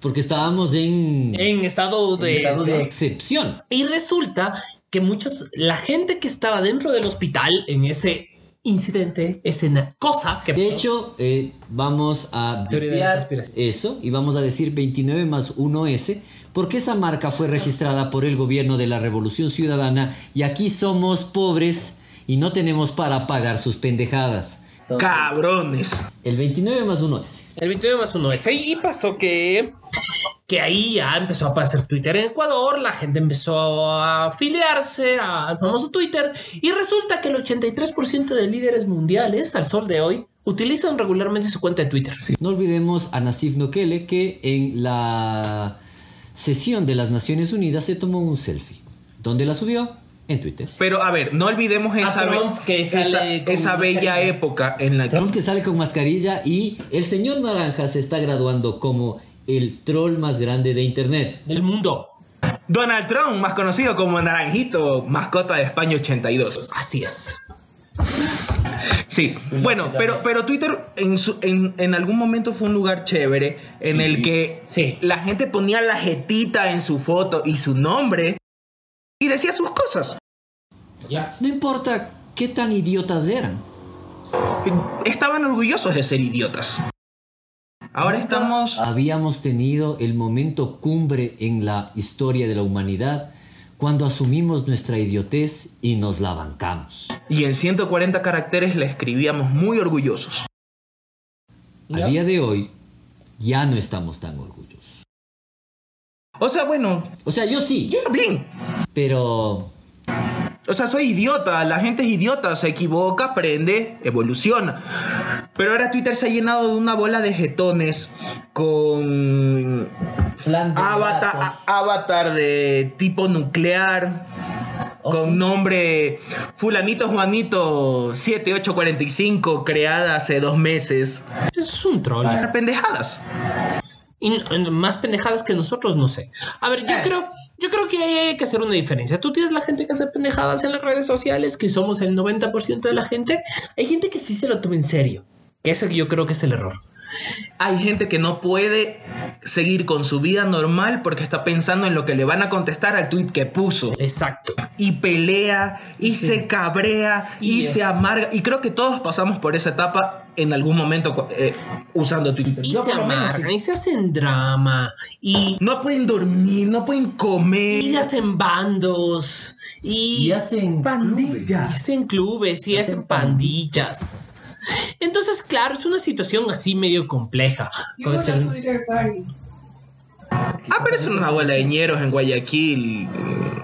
C: Porque estábamos en,
D: en estado de,
E: estado de-
C: excepción.
D: Y resulta que muchos, la gente que estaba dentro del hospital en ese incidente, escena, cosa que
C: De hecho, eh, vamos a
D: Teoría de la
C: vipear
D: conspiración.
C: eso y vamos a decir 29 más 1S, porque esa marca fue registrada por el gobierno de la Revolución Ciudadana y aquí somos pobres y no tenemos para pagar sus pendejadas.
A: cabrones.
C: El 29 más 1S.
D: El 29 más 1 es ahí y pasó que que ahí ya empezó a aparecer Twitter en Ecuador, la gente empezó a afiliarse al famoso Twitter y resulta que el 83% de líderes mundiales al sol de hoy utilizan regularmente su cuenta de Twitter.
C: No olvidemos a Nasif Nokele que en la sesión de las Naciones Unidas se tomó un selfie. ¿Dónde la subió? En Twitter.
A: Pero a ver, no olvidemos esa, be-
F: Trump, Ah, que sale
A: esa-
F: con
A: esa bella época en la que
C: Trump que sale con mascarilla y el señor Naranja se está graduando como el troll más grande de internet.
D: Del mundo.
A: Donald Trump, más conocido como Naranjito, mascota de España 82.
D: Así es.
A: Sí, bueno, pero, pero Twitter en, su- en, en algún momento fue un lugar chévere en el que
F: Sí.
A: la gente ponía la jetita en su foto y su nombre y decía sus cosas.
C: No importa qué tan idiotas eran.
A: Estaban orgullosos de ser idiotas. Ahora estamos...
C: Habíamos tenido el momento cumbre en la historia de la humanidad cuando asumimos nuestra idiotez y nos la bancamos.
A: Y en 140 caracteres la escribíamos muy orgullosos.
C: A día de hoy ya no estamos tan orgullosos.
A: O sea, bueno,
C: O sea, yo sí,
A: está bien.
C: pero
A: O sea, soy idiota, la gente es idiota, se equivoca, aprende, evoluciona. Pero ahora Twitter se ha llenado de una bola de jetones con
F: Flan de
A: avatar,
F: gatos.
A: a- avatar de tipo nuclear, ah,
C: Oh,
A: con nombre fulanito Juanito 7845, creada hace dos meses.
D: Eso es un troll.
A: Pendejadas.
D: Y n- n- más pendejadas que nosotros, no sé. A ver,
A: Eh.
D: yo creo, yo creo que ahí hay que hacer una diferencia. Tú tienes la gente que hace pendejadas en las redes sociales, que somos el 90% de la gente. Hay gente que sí se lo toma en serio. Que ese yo creo que es el error.
A: Hay gente que no puede seguir con su vida normal porque está pensando en lo que le van a contestar al tweet que puso.
D: Exacto.
A: Y pelea, y se cabrea, y,
E: Y-
A: se amarga. Y creo que todos pasamos por esa etapa en algún momento cu- eh, usando Twitter.
D: Y
A: Yo
D: se
A: por lo menos sí.
D: amargan, y se hacen drama, y,
A: No pueden dormir, no pueden comer.
D: y se hacen bandos, y,
C: Y hacen
D: y
F: Pandilla.
D: hacen clubes, y hacen pandillas. Entonces, claro, es una situación así medio compleja.
E: Yo
D: Con
E: no
D: ese-
E: la Twitter Party.
A: Ah, pero eso no es una bola de ñeros en Guayaquil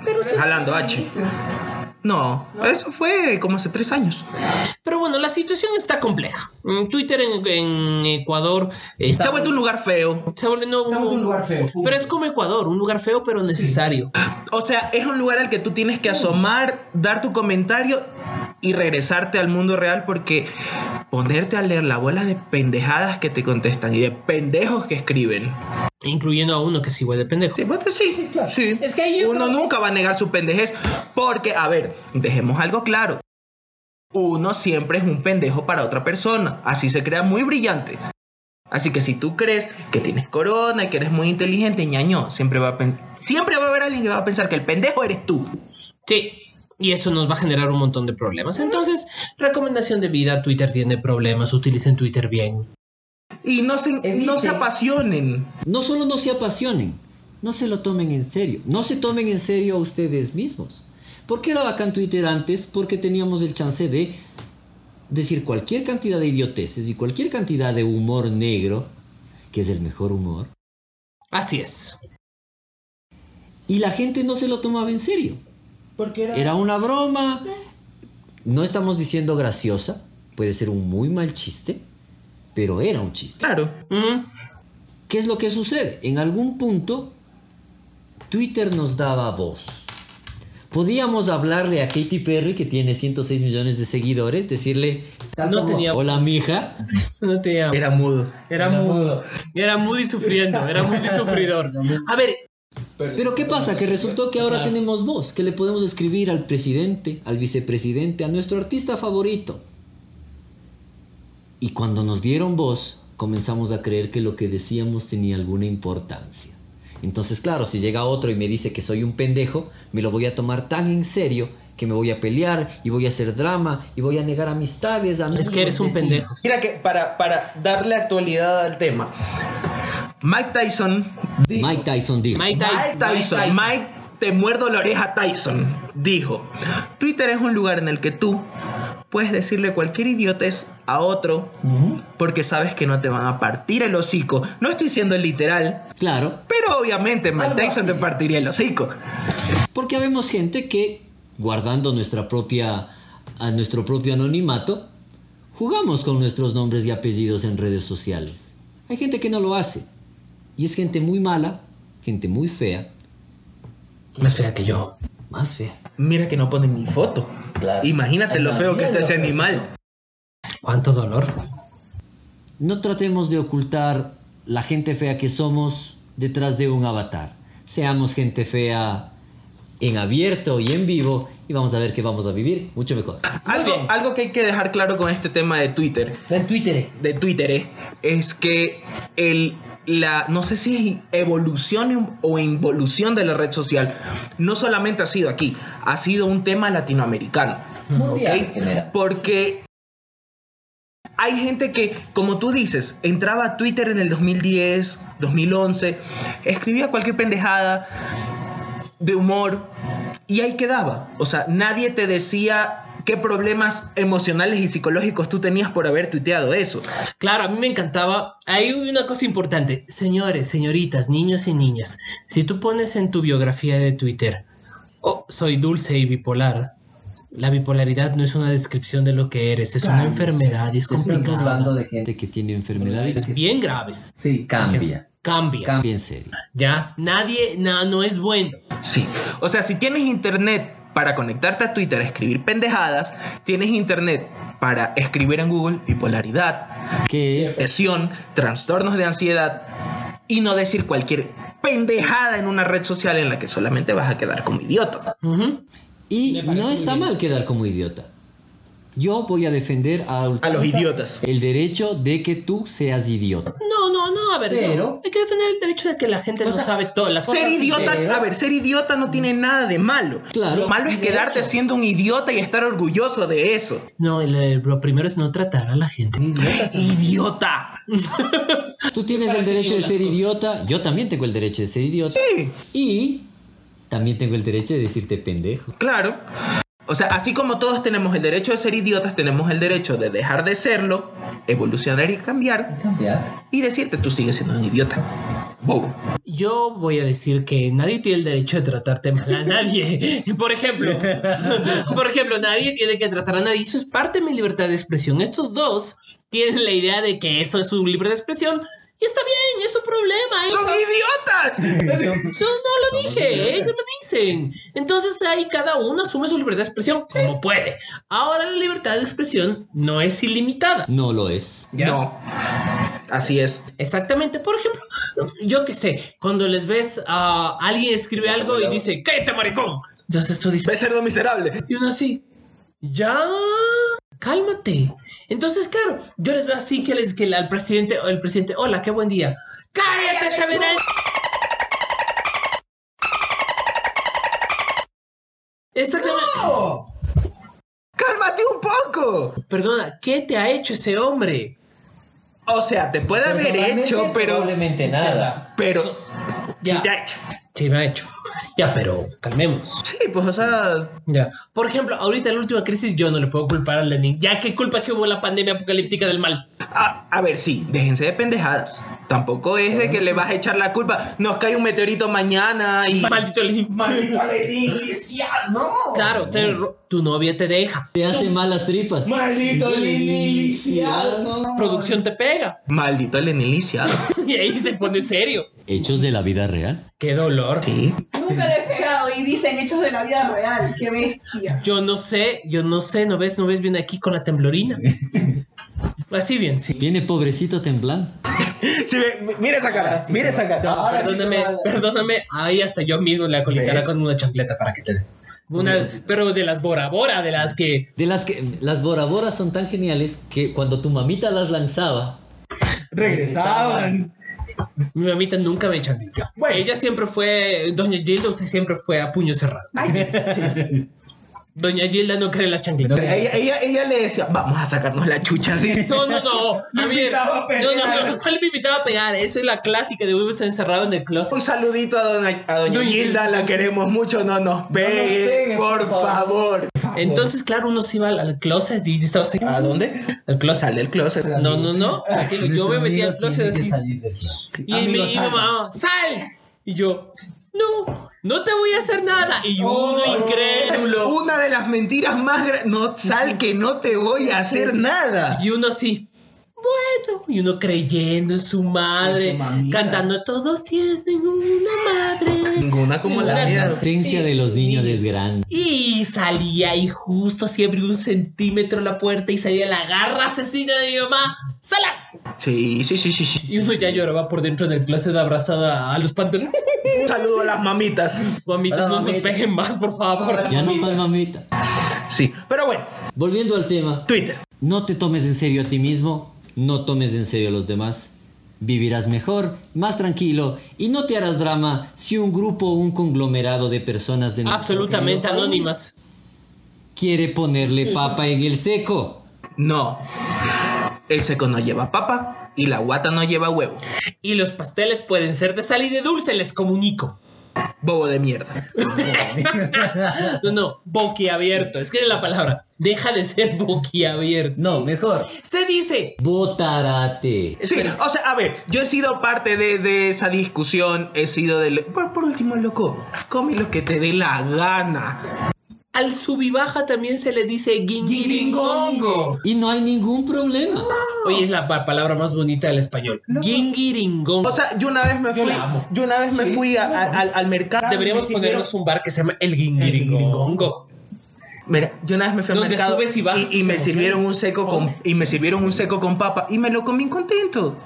A: eh, jalando H. No, eso fue como hace tres años.
D: Pero bueno, la situación está compleja. Mm, Twitter en, en Ecuador
A: Se
D: está
A: ha vuelto un lugar feo.
D: se ha volviendo
F: Estamos en un lugar feo.
D: Pero es como Ecuador, un lugar feo pero necesario.
A: O sea, es un lugar al que tú tienes que asomar, dar tu comentario y regresarte al mundo real porque ponerte a leer la bola de pendejadas que te contestan y de pendejos que escriben.
D: Incluyendo a uno que es igual de pendejo.
A: Sí, pues, sí, sí,
E: claro. Es que ahí
A: Uno
E: entra-
A: nunca va a negar su pendejez porque, a ver, dejemos algo claro. Uno siempre es un pendejo para otra persona. Así se crea muy brillante. Así que si tú crees que tienes corona y que eres muy inteligente, ñaño, siempre va a pen- siempre va a haber alguien que va a pensar que el pendejo eres tú.
D: Sí. Y eso nos va a generar un montón de problemas. Entonces, recomendación de vida, Twitter tiene problemas, utilicen Twitter bien.
A: Y no se, no se
E: Eviten.
A: apasionen.
C: No solo no se apasionen, no se lo tomen en serio. No se tomen en serio a ustedes mismos. ¿Por qué era bacán Twitter antes? Porque teníamos el chance de decir cualquier cantidad de idioteces y cualquier cantidad de humor negro, que es el mejor humor,
D: Así es.
C: y la gente no se lo tomaba en serio.
F: Porque era,
C: Era una broma. No estamos diciendo graciosa, puede ser un muy mal chiste, pero era un chiste.
A: Claro.
D: Mm,
C: ¿Qué es lo que sucede? En algún punto, Twitter nos daba voz. Podíamos hablarle a Katy Perry, que tiene 106 millones de seguidores, decirle,
D: No tenía,
C: hola mija,
D: no tenía.
A: Era mudo.
E: Era mudo.
D: Era muy sufriendo, era muy sufridor. A ver,
C: Pero ¿qué pasa? Que resultó que ahora tenemos voz, que le podemos escribir al presidente, al vicepresidente, a nuestro artista favorito. Y cuando nos dieron voz, comenzamos a creer que lo que decíamos tenía alguna importancia. Entonces, claro, si llega otro y me dice que soy un pendejo, me lo voy a tomar tan en serio que me voy a pelear y voy a hacer drama y voy a negar amistades, amigos.
D: es que eres un
C: vecinos.
D: pendejo.
A: Mira que para, para darle actualidad al tema. Mike Tyson
C: Mike Tyson dijo.
D: Mike
A: Mike
D: Tyson.
A: Tyson,
E: Mike Tyson.
A: Mike, te muerdo la oreja Tyson, dijo, Twitter es un lugar en el que tú puedes decirle cualquier idiotez a otro porque sabes que no te van a partir el hocico. No estoy siendo literal,
C: Claro,
A: pero obviamente Mike
E: Algo
A: Tyson
E: así.
A: te partiría el hocico.
C: Porque habemos gente que, guardando nuestra propia, a nuestro propio anonimato, jugamos con nuestros nombres y apellidos en redes sociales. Hay gente que no lo hace. Y es gente muy mala, gente muy fea,
D: Más fea que yo.
C: más fea.
A: Mira que no ponen ni foto. Imagínate lo feo que está ese animal.
D: Cuánto dolor.
C: No tratemos de ocultar la gente fea que somos detrás de un avatar. Seamos gente fea en abierto y en vivo y vamos a ver que vamos a vivir mucho mejor.
A: Algo,
E: bien.
A: algo que hay que dejar claro con este tema de Twitter
E: En Twitter.
A: de Twitter eh, es que el, la, no sé si es evolución o involución de la red social no solamente ha sido aquí, ha sido un tema latinoamericano.
E: Mundial.
A: ¿ok? Porque hay gente que, como tú dices, entraba a Twitter en el 2010, 2011, escribía cualquier pendejada de humor y ahí quedaba. O sea, nadie te decía qué problemas emocionales y psicológicos tú tenías por haber tuiteado eso.
D: Claro, a mí me encantaba. Hay una cosa importante. Señores, señoritas, niños y niñas, si tú pones en tu biografía de Twitter, oh, soy dulce y bipolar, la bipolaridad no es una descripción de lo que eres, es una
F: Cálmese.
D: enfermedad y es complicada.
G: de gente.
C: Gente que tiene enfermedades
D: Bien graves.
F: Sí.
G: Cambia.
D: Cambia.
C: cambia en serio.
D: ya, nadie, na- no es bueno.
A: Sí. O sea, si tienes internet para conectarte a Twitter a escribir pendejadas, tienes internet para escribir en Google bipolaridad,
C: Que es
A: depresión, trastornos de ansiedad y no decir cualquier pendejada en una red social en la que solamente vas a quedar como idiota.
D: Ujú.
C: Y no está mal quedar como idiota. Yo voy a defender a
A: a los idiotas.
C: el derecho de que tú seas idiota.
D: No, no, no, a ver.
F: Pero-
D: no. Hay que defender el derecho de que la gente no sabe todas las
A: Ser idiota,
E: pero-
A: a ver, ser idiota no tiene nada de malo.
C: Claro.
A: Lo malo es quedarte siendo un idiota y estar orgulloso de eso.
D: No, el- el- lo primero es no tratar a la gente.
A: Idiota.
C: Tú tienes el derecho de ser idiota, yo también tengo el derecho de ser idiota.
A: Sí,
C: Y también tengo el derecho de decirte pendejo.
A: claro. O sea, así como todos tenemos el derecho de ser idiotas, tenemos el derecho de dejar de serlo, evolucionar y cambiar y decirte tú sigues siendo un idiota. Bobo.
D: Yo voy a decir que nadie tiene el derecho de tratarte mal a nadie. Por ejemplo, por ejemplo, nadie tiene que tratar a nadie. Eso es parte de mi libertad de expresión. Estos dos tienen la idea de que eso es su libre de expresión. Y está bien, es su problema.
A: ¡Son idiotas!
D: Eso no lo dije, ellos lo dicen. Entonces ahí cada uno asume su libertad de expresión como puede. Ahora la libertad de expresión no es ilimitada.
C: No lo es.
A: No. Así es.
D: Exactamente, por ejemplo, yo qué sé, cuando les ves a alguien escribe algo y dice, cállate maricón. Entonces tú dices,
A: Ve cerdo miserable.
D: y uno así, ya, cálmate. Entonces, claro, yo les veo así que, les, que al presidente, el presidente, hola, qué buen día. Cállate, Sabina. Exactamente.
A: ¡Cálmate un poco!
D: Perdona, ¿qué te ha hecho ese hombre?
A: O sea, te puede haber hecho, pero.
E: Probablemente nada.
A: Pero.
E: Ya.
A: Sí, te ha hecho.
D: Sí, me ha hecho. Ya, pero calmemos.
A: Sí, pues, o sea.
D: Ya. Por ejemplo, ahorita en la última crisis yo no le puedo culpar a Lenin. Ya, ¿qué culpa que hubo la pandemia apocalíptica del mal?
A: A, a ver, sí, déjense de pendejadas. Tampoco es de que le vas a echar la culpa. Nos cae un meteorito mañana y.
D: Maldito Lenin.
F: Maldito Lenin, lisiado, no.
D: Claro, te ro- tu novia te deja.
C: Te hace malas tripas.
F: Maldito Lenin, lisiado, no.
D: Producción te pega.
A: Maldito Lenin lisiado.
D: Y ahí se pone serio.
C: Hechos de la vida real.
D: Qué dolor.
A: Sí.
G: Nunca le he pegado y dicen hechos de la vida real. Qué bestia.
D: Yo no sé, yo no sé, no ves, no ves bien aquí con la temblorina. Así bien, sí.
C: Tiene pobrecito temblando.
A: Sí, ve- mira esa cara, mira esa cara.
F: Ahora sí
D: perdóname,
F: te va a-
D: perdóname. Ahí hasta yo mismo la colicara
F: ¿Ves?
D: con una chancleta para que te dé. Una, pero de las Bora Bora, de las que.
C: De las que las boraboras son tan geniales que cuando tu mamita las lanzaba,
F: Regresaban.
D: Mi mamita nunca me chancleteó.
F: Bueno.
D: Ella siempre fue. Doña Gilda, usted siempre fue a puño cerrado. Doña Gilda no cree en las chancletas.
A: Ella, ella, ella le decía, vamos a sacarnos la chucha. ¿sí?
D: No, no, no.
F: Me
D: A ver,
F: invitaba a
D: no, no,
F: pelear.
D: no. ¿Cuál me invitaba a pegar? Eso es la clásica de Ubus encerrado en el closet.
A: Un saludito a, dona- a doña
D: Doña
A: Gilda, la queremos mucho, no nos pegue,
E: pegue,
A: por
E: por
A: favor.
D: Entonces, claro, uno se iba al, al closet y estabas ahí.
F: Ah,
A: ¿A dónde?
D: Al closet.
A: Sal del closet.
D: No, no, no. Digo, yo me metí al
F: Nuestro
D: closet
F: amigo tiene que salir del
D: así.
F: closet.
D: Y
F: Amigo,
D: me y mi
F: salga.
D: mamá, ¡sal! Y yo, no, no te voy a hacer nada. Y uno
F: Oh,
A: Es
D: increíble.
A: una de las mentiras más grandes. No, sal que no te voy a hacer nada.
D: Y uno así, bueno. Y uno creyendo en su
F: En
D: madre,
F: su mamita.
D: cantando, todos tienen una madre.
A: Ninguna como la mía.
C: la ausencia de los niños es grande.
D: Y salía y justo así abrió un centímetro la puerta y salía la garra asesina de mi mamá. ¡Sala!
A: Sí, sí, sí, sí, sí.
D: Y uno ya lloraba por dentro del closet abrazada a los pantalones.
A: Un saludo a las mamitas.
D: Mamitas, no nos peguen más, por favor.
C: Ya no más mamita.
A: Sí, pero bueno,
C: Volviendo al tema,
A: Twitter.
C: no te tomes en serio a ti mismo, no tomes en serio a los demás. Vivirás mejor, más tranquilo y no te harás drama si un grupo o un conglomerado de personas de nuestro
D: Absolutamente
C: querido país
D: anónimas.
C: quiere ponerle papa en el seco.
A: No. El seco no lleva papa y la guata no lleva huevo.
D: Y los pasteles pueden ser de sal y de dulce, les comunico.
A: Bobo de mierda.
D: No, no, boquiabierto. Es que es la palabra. Deja de ser boquiabierto.
F: No, mejor.
D: Se dice.
C: Botarate.
A: Sí, o sea, a ver, yo he sido parte de, de esa discusión, he sido del... Por, por último, loco, come lo que te dé la gana.
D: Al subibaja también se le dice guingiringongo.
F: Guingongo.
C: Y no hay ningún problema.
D: Oye, es la pa- palabra más bonita del español. Guingiringongo.
A: O sea, yo una vez me fui,
E: amo.
A: yo una vez me fui a- a- al, al mercado...
D: Deberíamos ponernos un bar que se llama El Guingiringongo.
A: Mira, yo una vez me fui al
D: Donde
A: mercado
D: subes y bajas
A: y, y me
D: tus
A: sirvieron un seco con y me sirvieron un seco con papa y me lo comí contento.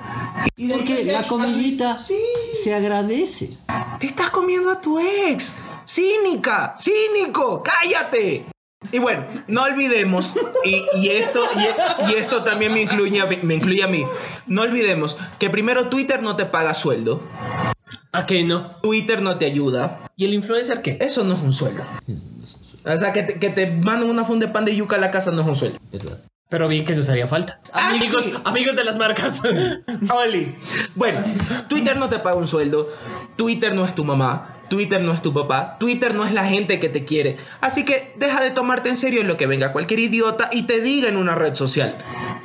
F: Y del
C: Porque
F: que
C: la
F: sea-
C: comidita
F: Sí.
C: se agradece.
A: Te estás comiendo a tu ex. Cínica, cínico, cállate. Y bueno, no olvidemos, y, y esto, y, y esto también me incluye, a mí- me incluye a mí, no olvidemos que primero Twitter no te paga sueldo,
D: ¿A qué no?
A: Twitter no te ayuda,
D: ¿Y el influencer qué?
A: eso no es un sueldo. O sea, que te, que te manden una funda de pan de yuca a la casa no es un sueldo.
C: Es verdad.
D: Pero bien que nos haría falta.
A: Ah,
D: amigos,
A: sí.
D: amigos de las marcas.
A: Oli. Bueno, Twitter no te paga un sueldo, Twitter no es tu mamá, Twitter no es tu papá, Twitter no es la gente que te quiere. Así que deja de tomarte en serio lo que venga cualquier idiota y te diga en una red social.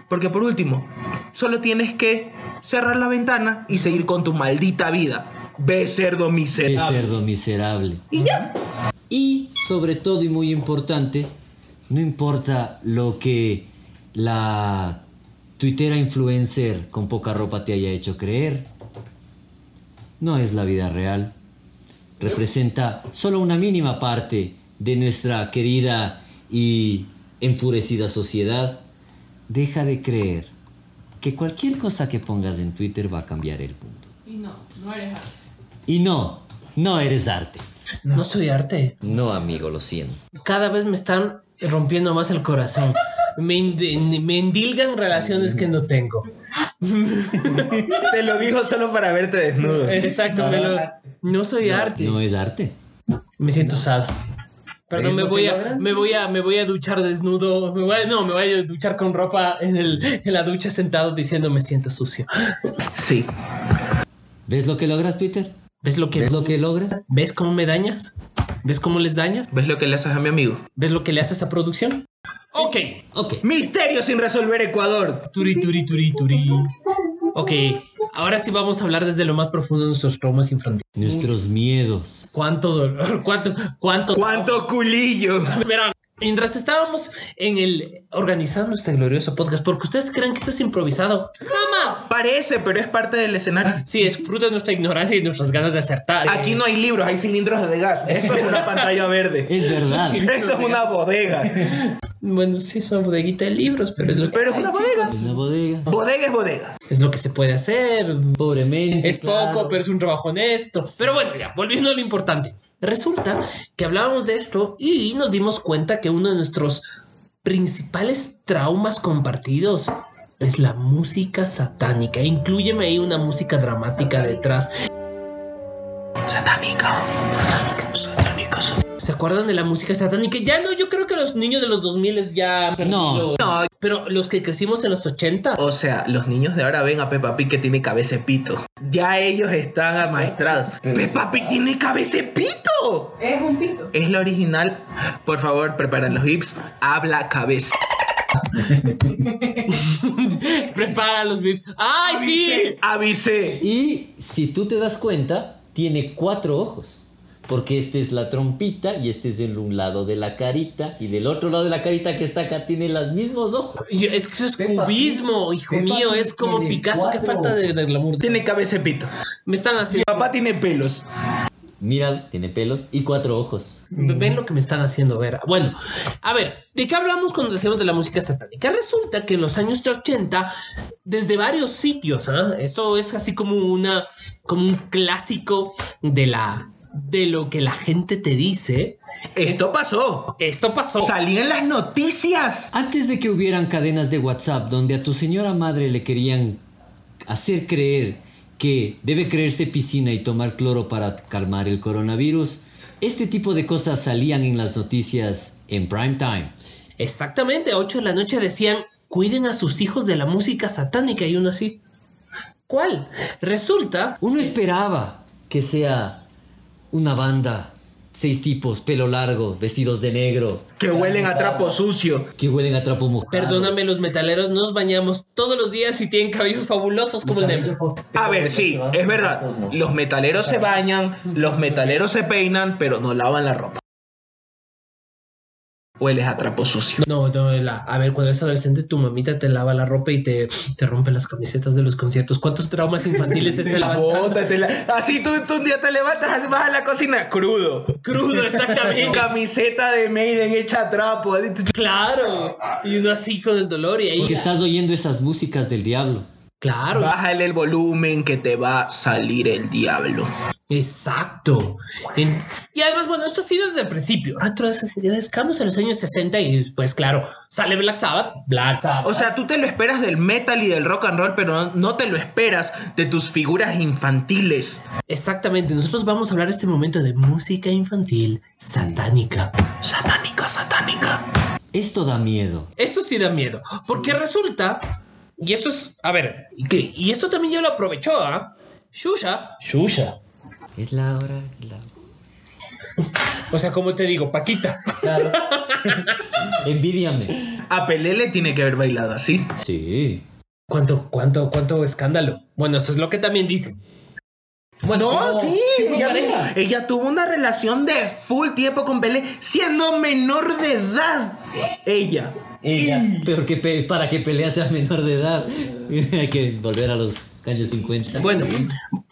A: Porque por último, solo tienes que cerrar la ventana y seguir con tu maldita vida. Ve cerdo
C: Qué
A: miserable.
C: cerdo miserable.
A: Y ya.
C: Y sobre todo y muy importante, no importa lo que la tuitera influencer con poca ropa te haya hecho creer, no es la vida real. Representa solo una mínima parte de nuestra querida y enfurecida sociedad. Deja de creer que cualquier cosa que pongas en Twitter va a cambiar el mundo.
G: Y no, no eres así.
C: Y no, no eres arte.
D: No soy arte.
C: No, amigo, lo siento.
D: Cada vez me están rompiendo más el corazón. Me, ind- me endilgan relaciones que no tengo.
A: Te lo dijo solo para verte desnudo.
D: Exacto, me lo- no soy arte.
C: No es arte.
D: Me siento usado.
C: ¿Ves
D: Perdón, me
C: lo que
D: voy, a,
C: logran?
D: me, voy a, me voy a duchar desnudo. Me voy a- no, me voy a duchar con ropa en, el, en la ducha sentado diciendo me siento sucio.
A: Sí.
C: ¿Ves lo que logras, Twitter?
D: ¿Ves lo que
C: ¿Ves lo que logras?
D: ¿Ves cómo me dañas? ¿Ves cómo les dañas?
A: ¿Ves lo que le haces a mi amigo?
D: ¿Ves lo que le haces a producción? Ok.
C: Ok.
A: Misterio sin resolver Ecuador.
D: Turi, turi, turi, turi. Ok. Ahora sí vamos a hablar desde lo más profundo de nuestros traumas infantiles.
C: Nuestros miedos.
D: ¿Cuánto dolor? ¿Cuánto? ¿Cuánto?
A: ¿Cuánto culillo?
D: Verán, mientras estábamos en el organizando este glorioso podcast, porque ustedes creen que esto es improvisado. Jamás.
A: Parece, pero es parte del escenario.
D: Sí, es fruto de nuestra ignorancia y nuestras ganas de acertar.
A: Aquí no hay libros, hay cilindros de gas. Esto es una pantalla verde.
C: Es verdad.
A: Esto es una bodega.
D: Bueno, sí, es una bodeguita de libros, pero es lo que,
A: Pero es una bodega.
C: Es una bodega.
A: Bodega es bodega.
D: es lo que se puede hacer.
C: Pobremente.
D: Es poco, pero es un trabajo honesto. Pero bueno, ya, volviendo a lo importante. Resulta que hablábamos de esto y nos dimos cuenta que uno de nuestros principales traumas compartidos es la música satánica. Incluyeme ahí una música dramática detrás.
A: Satánico. Satánico, satánico, satánico.
D: ¿Se acuerdan de la música satánica? Ya no, yo creo que los niños de los 2000 ya han perdido.
A: No,
D: Pero los que crecimos en los 80,
A: o sea, los niños de ahora ven a Peppa Pig que tiene cabeza de pito. Ya ellos están amaestrados. Peppa Pig tiene cabeza de pito.
E: Es un pito.
A: Es la original. Por favor, preparen los hips. Habla cabeza.
D: prepara los VIPs. ¡Ay, sí!
A: Avisé.
C: Y si tú te das cuenta, tiene cuatro ojos. Porque este es la trompita y este es el un lado de la carita. Y del otro lado de la carita que está acá tiene los mismos ojos.
D: Yo- Es que eso es
F: Peppa
D: cubismo, hijo
F: Peppa
D: mío.
F: Pig
D: Es como
F: tiene
D: Picasso. Qué
F: cuatro
D: falta de, de glamour.
A: Tiene cabeza de pito.
D: Me están
A: Mi
D: haciendo.
A: papá tiene pelos.
C: Mira, tiene pelos y cuatro ojos.
D: Ven lo que me están haciendo ver. Bueno, a ver, ¿de qué hablamos cuando decíamos de la música satánica? Resulta que en los años 80, desde varios sitios, ¿ah? eso es así como una, como un clásico de la, de lo que la gente te dice.
A: Esto pasó.
D: Esto pasó.
A: Salían las noticias.
C: Antes de que hubieran cadenas de WhatsApp donde a tu señora madre le querían hacer creer que debe creerse piscina y tomar cloro para calmar el coronavirus, este tipo de cosas salían en las noticias en prime time.
D: Exactamente, a 8 de la noche decían, cuiden a sus hijos de la música satánica y uno así. ¿Cuál? Resulta
C: Uno esperaba que sea una banda, seis tipos, pelo largo, vestidos de negro,
A: Que huelen a trapo sucio.
C: que huelen a trapo mojado.
D: Perdóname, los metaleros nos bañamos todos los días y tienen cabellos fabulosos como el de.
A: A ver, sí, es verdad. Los metaleros se bañan, los metaleros se peinan, pero no lavan la ropa. Hueles a trapo sucio.
D: No, no, la- a ver, cuando eres adolescente, tu mamita te lava la ropa y te, te rompe las camisetas de los conciertos. ¿Cuántos traumas infantiles es
A: Te
D: este
A: la
D: lava-
A: botas, te la- Así tú, tú un día te levantas, vas a la cocina crudo.
D: Crudo, exactamente.
A: Camiseta de Maiden hecha a trapo.
D: claro. Y uno así con el dolor y ahí.
C: Porque estás oyendo esas músicas del diablo.
D: Claro.
A: Bájale el volumen que te va a salir el diablo.
D: Exacto. En- y además, bueno, esto ha sido desde el principio. Retrocedamos a los años 60 y pues claro, sale Black Sabbath, Black Sabbath.
A: O sea, tú te lo esperas del metal y del rock and roll, pero no- no te lo esperas de tus figuras infantiles.
D: Exactamente, nosotros vamos a hablar este momento de música infantil satánica.
A: Satánica, satánica.
C: Esto da miedo.
D: Esto sí da miedo, porque resulta, y esto es, a ver, y que- y esto también ya lo aprovechó, ¿ah? Shusha. Shusha.
C: Es la hora. es la-
D: O sea, como te digo, Paquita.
C: Claro. Envidiame.
A: A Pelé le tiene que haber bailado así.
C: Sí.
D: ¿Cuánto, cuánto, cuánto escándalo? Bueno, eso es lo que también dicen.
E: Bueno,
A: No,
E: pero-
A: sí,
E: fue
A: ella,
E: pareja.
A: ella tuvo una relación de full tiempo con Pelé, siendo menor de edad. Ella. Mm.
E: Ella.
C: Pero que pe- para que pelea sea menor de edad, hay que volver a los años 50.
D: Bueno,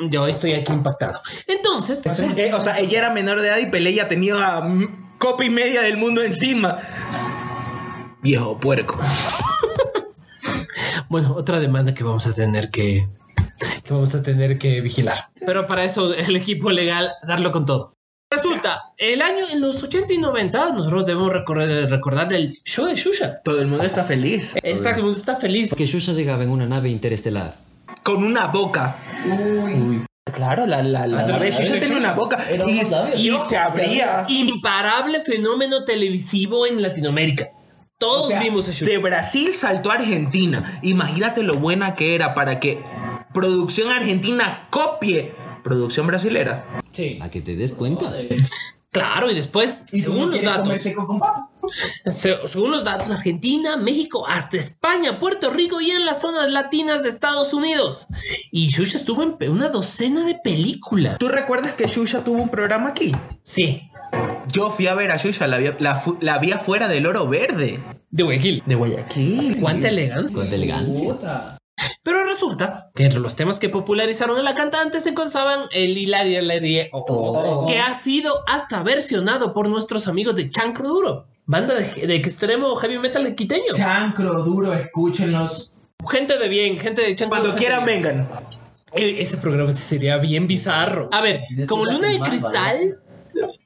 D: yo estoy aquí impactado. Entonces,
A: Eh, o sea, ella era menor de edad y Pelé ya tenía mm, copa y media del mundo encima. Viejo puerco.
D: bueno, otra demanda que vamos a tener que, que vamos a tener que vigilar. Pero para eso el equipo legal darlo con todo. Resulta, el año en los 80 y 90 nosotros debemos recordar, recordar el show de Shusha.
A: Todo el mundo está feliz.
D: Esta mundo está feliz.
C: Porque Shusha llegaba en una nave interestelar.
A: Con una boca. Claro, la, la, la,
E: Ah,
A: la
E: la-
A: vez
E: la-
A: ella
E: la-
A: tenía
E: la-
A: una boca
E: era
A: y,
E: más sabia.
A: y
E: Yo-
A: se abría.
D: Imparable fenómeno televisivo en Latinoamérica. Todos
E: O sea,
D: vimos a Shusha.
A: De Brasil saltó a Argentina. Imagínate lo buena que era para que producción argentina copie producción brasilera.
F: Sí.
C: A que te des cuenta.
D: Claro, y después,
F: Y tú
D: según
F: no
D: los
F: quieres comer
D: datos,
F: seco con papa.
D: se- según los datos, Argentina, México, hasta España, Puerto Rico y en las zonas latinas de Estados Unidos. Y Shusha estuvo en pe- una docena de películas.
A: ¿Tú recuerdas que Xuxa tuvo un programa aquí?
D: Sí,
A: Yo fui a ver a Xuxa, la vi, la, fu- la vi afuera del Oro Verde.
D: de Guayaquil.
A: De Guayaquil.
D: Cuánta elegancia.
C: Cuánta elegancia.
F: Puta.
D: Pero resulta que entre los temas que popularizaron a la cantante se encontraban el Hilaria Hilaria oh, oh, oh, que ha sido hasta versionado por nuestros amigos de Chancro Duro, banda de, de extremo heavy metal quiteño.
F: Chancro duro, escúchenlos.
D: Gente de bien, gente de Chancro
A: Cuando
D: Duro.
A: quieran, vengan.
D: Eh, Ese programa sería bien bizarro. A ver,
F: Es
D: como
F: una
D: luna de
F: timba,
D: cristal,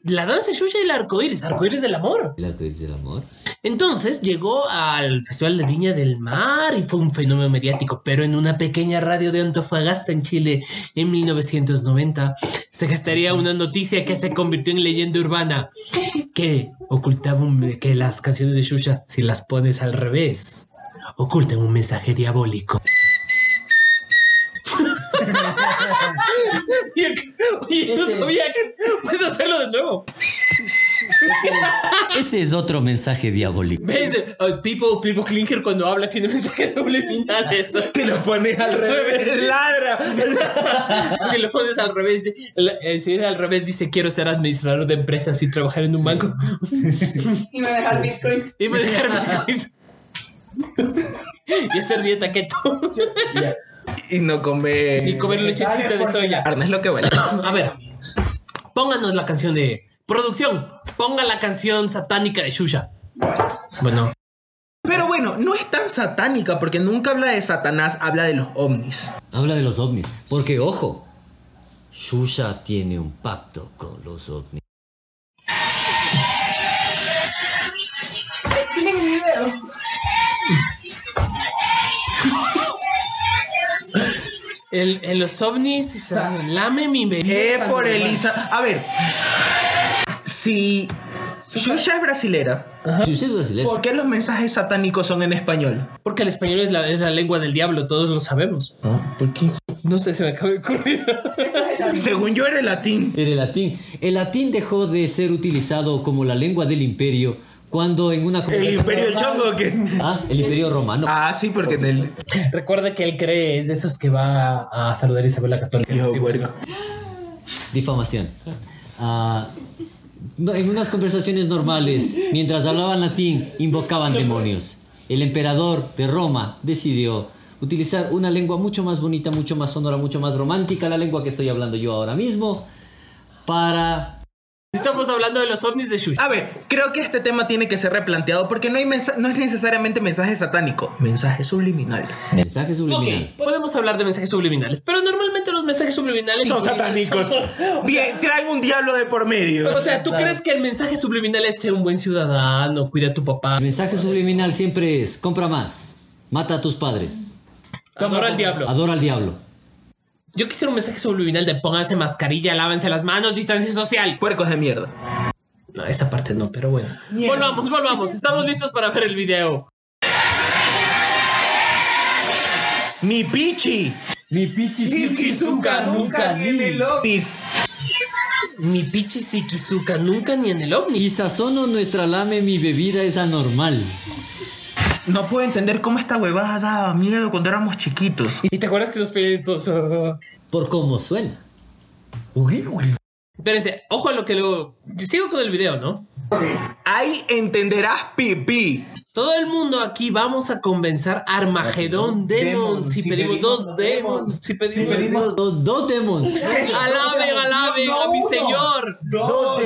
D: la danza yuya y el arcoíris, arcoíris del amor.
C: El arco iris del amor.
D: Entonces llegó al Festival de Viña del Mar y fue un fenómeno mediático, pero en una pequeña radio de Antofagasta en Chile en 1990 se gestaría una noticia que se convirtió en leyenda urbana que ocultaba un- que las canciones de Xuxa, si las pones al revés, ocultan un mensaje diabólico. Oye, no
F: Ese es-
D: sabía que puedes hacerlo de nuevo.
C: Ese es otro mensaje diabólico.
D: ¿Ves? Uh, Pipo, Pipo Clinker cuando habla tiene mensajes subliminales.
A: Te lo pones al revés. Ladra.
D: si lo pones al revés, la- eh, si es al revés, dice quiero ser administrador de empresas y trabajar en un banco.
G: Y me dejar Bitcoin.
D: Y me dejaron bitcoins. y hacer dieta keto.
F: Ya.
A: Y no comer.
D: y comer lechecita de soya.
A: Carne es lo que vale.
D: A ver, pónganos la canción de producción. Ponga la canción satánica de Shusha. Bueno,
A: Pero bueno, no es tan satánica porque nunca habla de Satanás, habla de los ovnis.
C: Habla de los ovnis. Porque, ojo, Shusha tiene un pacto con los ovnis.
G: Tienen un video.
D: el- en los ovnis, sa- lame mi bebé.
A: Eh, por Elisa. A ver. Si Xuxa es brasilera,
C: Shusha es brasileño.
A: ¿por qué los mensajes satánicos son en español?
D: Porque el español es la, es la lengua del diablo, todos lo sabemos.
A: ¿Por qué?
D: No sé, se me acaba de ocurrir.
G: Eso es el
A: Según yo era el latín.
C: Era el latín. El latín dejó de ser utilizado como la lengua del imperio cuando en una
A: El
C: comunidad.
A: imperio del chongo que.
C: Ah, el imperio romano.
A: Ah, sí, porque en el.
D: Recuerda que él cree, es de esos que va a saludar a Isabel la Católica.
A: Viejo puerco.
C: Difamación. Ah, no, en unas conversaciones normales, mientras hablaban latín, invocaban demonios. El emperador de Roma decidió utilizar una lengua mucho más bonita, mucho más sonora, mucho más romántica, la lengua que estoy hablando yo ahora mismo, para
D: Estamos hablando de los ovnis de Xuxa.
A: A ver, creo que este tema tiene que ser replanteado porque no, hay mensa- no es necesariamente mensaje satánico, mensaje subliminal.
C: Mensaje subliminal.
D: Ok, podemos hablar de mensajes subliminales, pero normalmente los mensajes subliminales
E: Son
D: incluyen-
E: satánicos.
A: Bien, traen un diablo de por medio.
D: O sea, ¿tú crees que el mensaje subliminal es ser un buen ciudadano, cuida a tu papá,
C: El mensaje subliminal siempre es, compra más, mata a tus padres,
D: adora al diablo?
C: adora al diablo.
D: Yo quisiera un mensaje subliminal de pónganse mascarilla, lávense las manos, distancia social.
A: Puercos de mierda.
D: No, esa parte no, pero bueno.
G: Mierda.
D: Volvamos, volvamos. Estamos listos para ver el video.
A: Mi pichi.
F: Mi pichi Shizuka nunca ni el
A: Mis-
D: Mi pichi Sikizuka nunca ni en el ovni.
C: Y sazono nuestra lame, mi bebida es anormal.
A: No puedo entender cómo esta huevada daba miedo cuando éramos chiquitos.
D: ¿Y te acuerdas que los proyectos...
C: Por cómo suena.
D: Espérense, ojo a lo que luego... Sigo con el video, ¿no?
A: Ahí entenderás pipí.
D: Todo el mundo aquí vamos a convencer Armagedón Demons.
F: Demons,
D: Si
F: si
D: pedimos
F: pedimos dos
D: dos
F: demons,
D: Demons.
F: Si
D: Si pedimos...
F: pedimos
C: Dos, dos demons.
D: Alaben, alaben a mi
F: uno,
D: señor.
F: dos.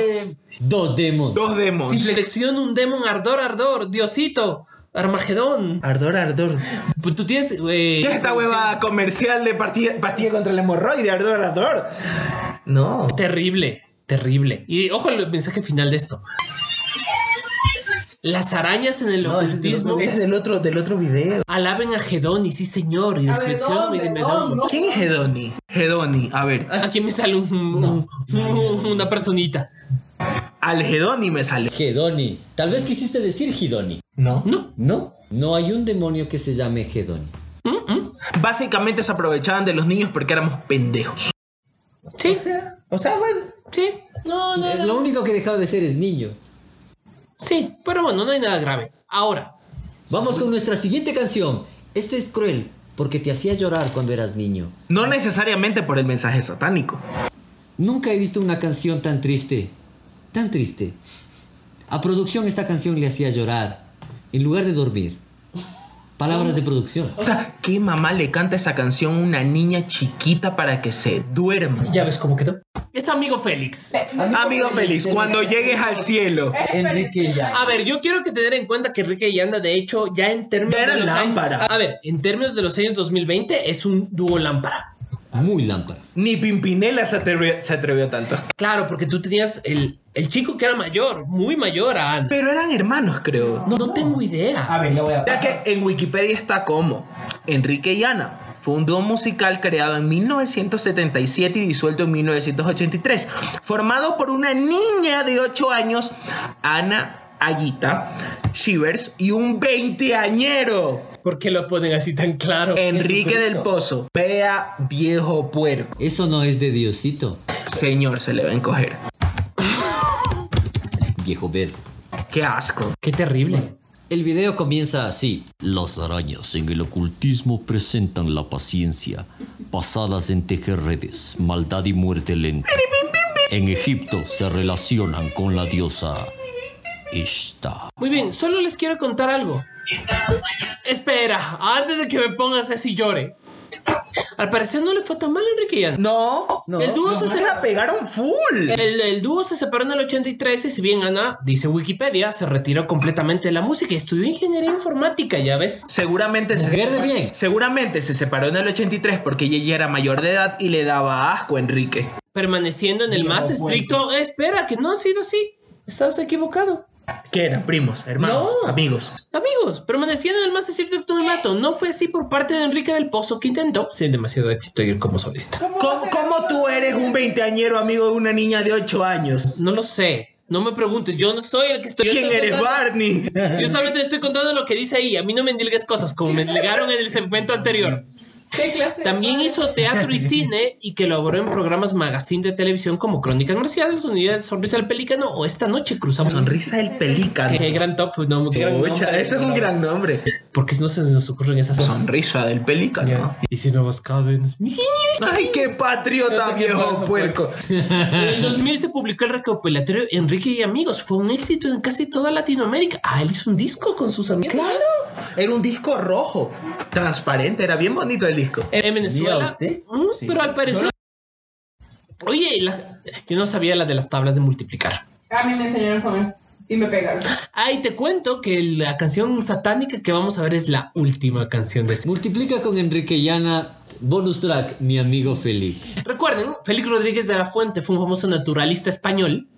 C: Dos demons.
A: Dos demons.
D: Selecciona un Demon Ardor, Ardor. Diosito. Armagedón.
A: Ardor, ardor.
D: Pues tú tienes. eh,
A: ¿Qué es esta huevada comercial de partida, pastilla contra el hemorroide? Ardor, ardor. No.
D: terrible, terrible. Y ojo el mensaje final de esto. Las arañas en el ocultismo
A: Es del otro, del otro video.
D: alaben a Gedón y sí, señor. Y
G: A
D: desflexión,
G: Bedón,
D: y de
G: Bedón,
D: Bedón.
G: ¿no?
A: ¿Quién es Hedoni? Hedoni, a ver.
D: Aquí me sale un- un- un- una personita.
A: Al Hedoni me sale.
C: Gedoni. Tal vez quisiste decir Gidoni.
F: No.
D: No,
C: No. No hay un demonio que se llame Gedoni.
A: Básicamente se aprovechaban de los niños porque éramos pendejos.
D: sí,
F: O sea, bueno.
D: sí,
C: No, no, Eh, Lo único que he dejado de ser es niño.
D: sí. Pero bueno, no hay nada grave. Ahora,
C: Vamos con nuestra siguiente canción. Este es cruel porque te hacía llorar cuando eras niño.
A: No necesariamente por el mensaje satánico.
C: Nunca he visto una canción tan triste. Tan triste. A producción esta canción le hacía llorar. En lugar de dormir. Palabras de producción.
A: O sea, ¿qué mamá le canta esa canción a una niña chiquita para que se duerma?
D: ya ves cómo quedó. Es amigo Félix.
A: Amigo feliz, cuando llegues al cielo.
F: Enrique ya.
D: A ver, yo quiero que tener en cuenta que Enrique y Anda, de hecho, ya en términos.
A: Ya era
D: de los años-
A: lámpara.
D: A ver, en términos de los años 2020, es un dúo lámpara.
C: Muy lámpara.
A: Ni Pimpinela se atrevió, se atrevió tanto.
D: Claro, porque tú tenías el, el chico que era mayor, muy mayor a Ana.
A: Pero eran hermanos, creo.
D: No, tengo idea.
F: A ver, ya voy a.
A: Ya que en Wikipedia está como Enrique y Ana. Fue un dúo musical creado en 1977 y disuelto en 1983, formado por una niña de 8 años, Ana Aguita Shivers, y un veinteañero,
D: ¿Por qué lo ponen así tan claro?
A: Eh, Enrique del Pozo. Vea, viejo puerco.
C: Eso no es de Diosito.
A: Señor, se le va a encoger.
C: Viejo verde.
A: Qué asco.
D: Qué terrible.
C: El video comienza así. Las arañas en el ocultismo presentan la paciencia, pasadas en tejer redes, maldad y muerte lenta. En Egipto se relacionan con la diosa Ishtar.
D: Muy bien, solo les quiero contar algo. Espera, antes de que me pongas eso y llore. Al parecer no le fue tan mal a Enrique y Ana.
A: No,
D: el, dúo se
A: se
D: se-
A: la pegaron full.
D: el- el dúo se separó en el 83 y si bien Ana, dice Wikipedia, se retiró completamente de la música y estudió ingeniería informática, ya ves.
A: Seguramente se,
C: Mujer de
A: separa-
C: bien.
A: seguramente se separó en el 83 porque ella ya era mayor de edad y le daba asco a Enrique.
D: Permaneciendo en el
F: Viejo
D: más
F: puerco.
D: estricto... Espera, que no ha sido así. Estás equivocado.
A: ¿Qué eran? Primos,
D: hermanos, No.
A: amigos.
D: Amigos, permanecían en el más estricto mato. No fue así por parte de Enrique del Pozo que intentó, sin demasiado éxito, ir como solista.
A: ¿Cómo, cómo tú eres un veinteañero amigo de una niña de 8 años?
D: No lo sé. No me preguntes. Yo no soy el que estoy. yo
A: ¿Quién
D: estoy
A: eres,
D: contando-
A: Barney?
D: Yo solamente estoy contando lo que dice ahí. A mí no me endilgues cosas, como me endilgaron en el segmento anterior.
G: ¿Qué clase de
D: También
G: padre?
D: hizo teatro y cine y que elaboró en programas magazine de televisión como Crónicas Marciales, Unidad de Sonrisa del Pelícano o Esta Noche Cruzamos.
A: Sonrisa del pelícano.
D: Qué gran top. No, qué gran
A: Pucha,
D: nombre.
A: eso es un gran nombre.
D: Porque no se nos ocurren esas cosas.
A: Sonrisa del pelícano.
D: Y si no vas cadenas. Mi
A: Ay, qué patriota, viejo puerco.
D: En el 2000 se publicó el recopilatorio Enrique y Amigos. Fue un éxito en casi toda Latinoamérica. Ah, él hizo un disco con sus amigos.
A: Era un disco rojo, transparente, era bien bonito el disco.
D: En Venezuela.
C: usted?
D: Mm, Pero al parecer. Oye, la- yo no sabía la de las tablas de multiplicar.
G: A mí me enseñaron con eso y me pegaron.
D: Ay, te cuento que la canción satánica que vamos a ver es la última canción de este. ese.
C: Multiplica con Enrique Llana, bonus track, mi amigo Félix.
D: Recuerden, Félix Rodríguez de la Fuente fue un famoso naturalista español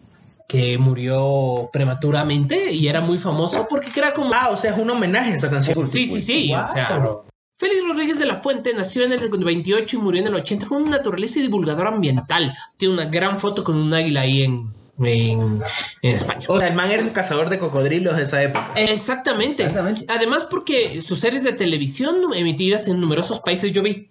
D: que murió prematuramente y era muy famoso porque era como
A: Ah, o sea, es un homenaje a esa canción.
D: Sí, sí, sí. O sea, Félix Rodríguez de la Fuente nació en el 28 y murió en el 80. Fue un naturalista y divulgador ambiental. Tiene una gran foto con un águila ahí en, en, en España.
A: O sea, el man era el cazador de cocodrilos de esa época.
D: Exactamente.
F: Exactamente.
D: Además, porque sus series de televisión emitidas en numerosos países yo vi.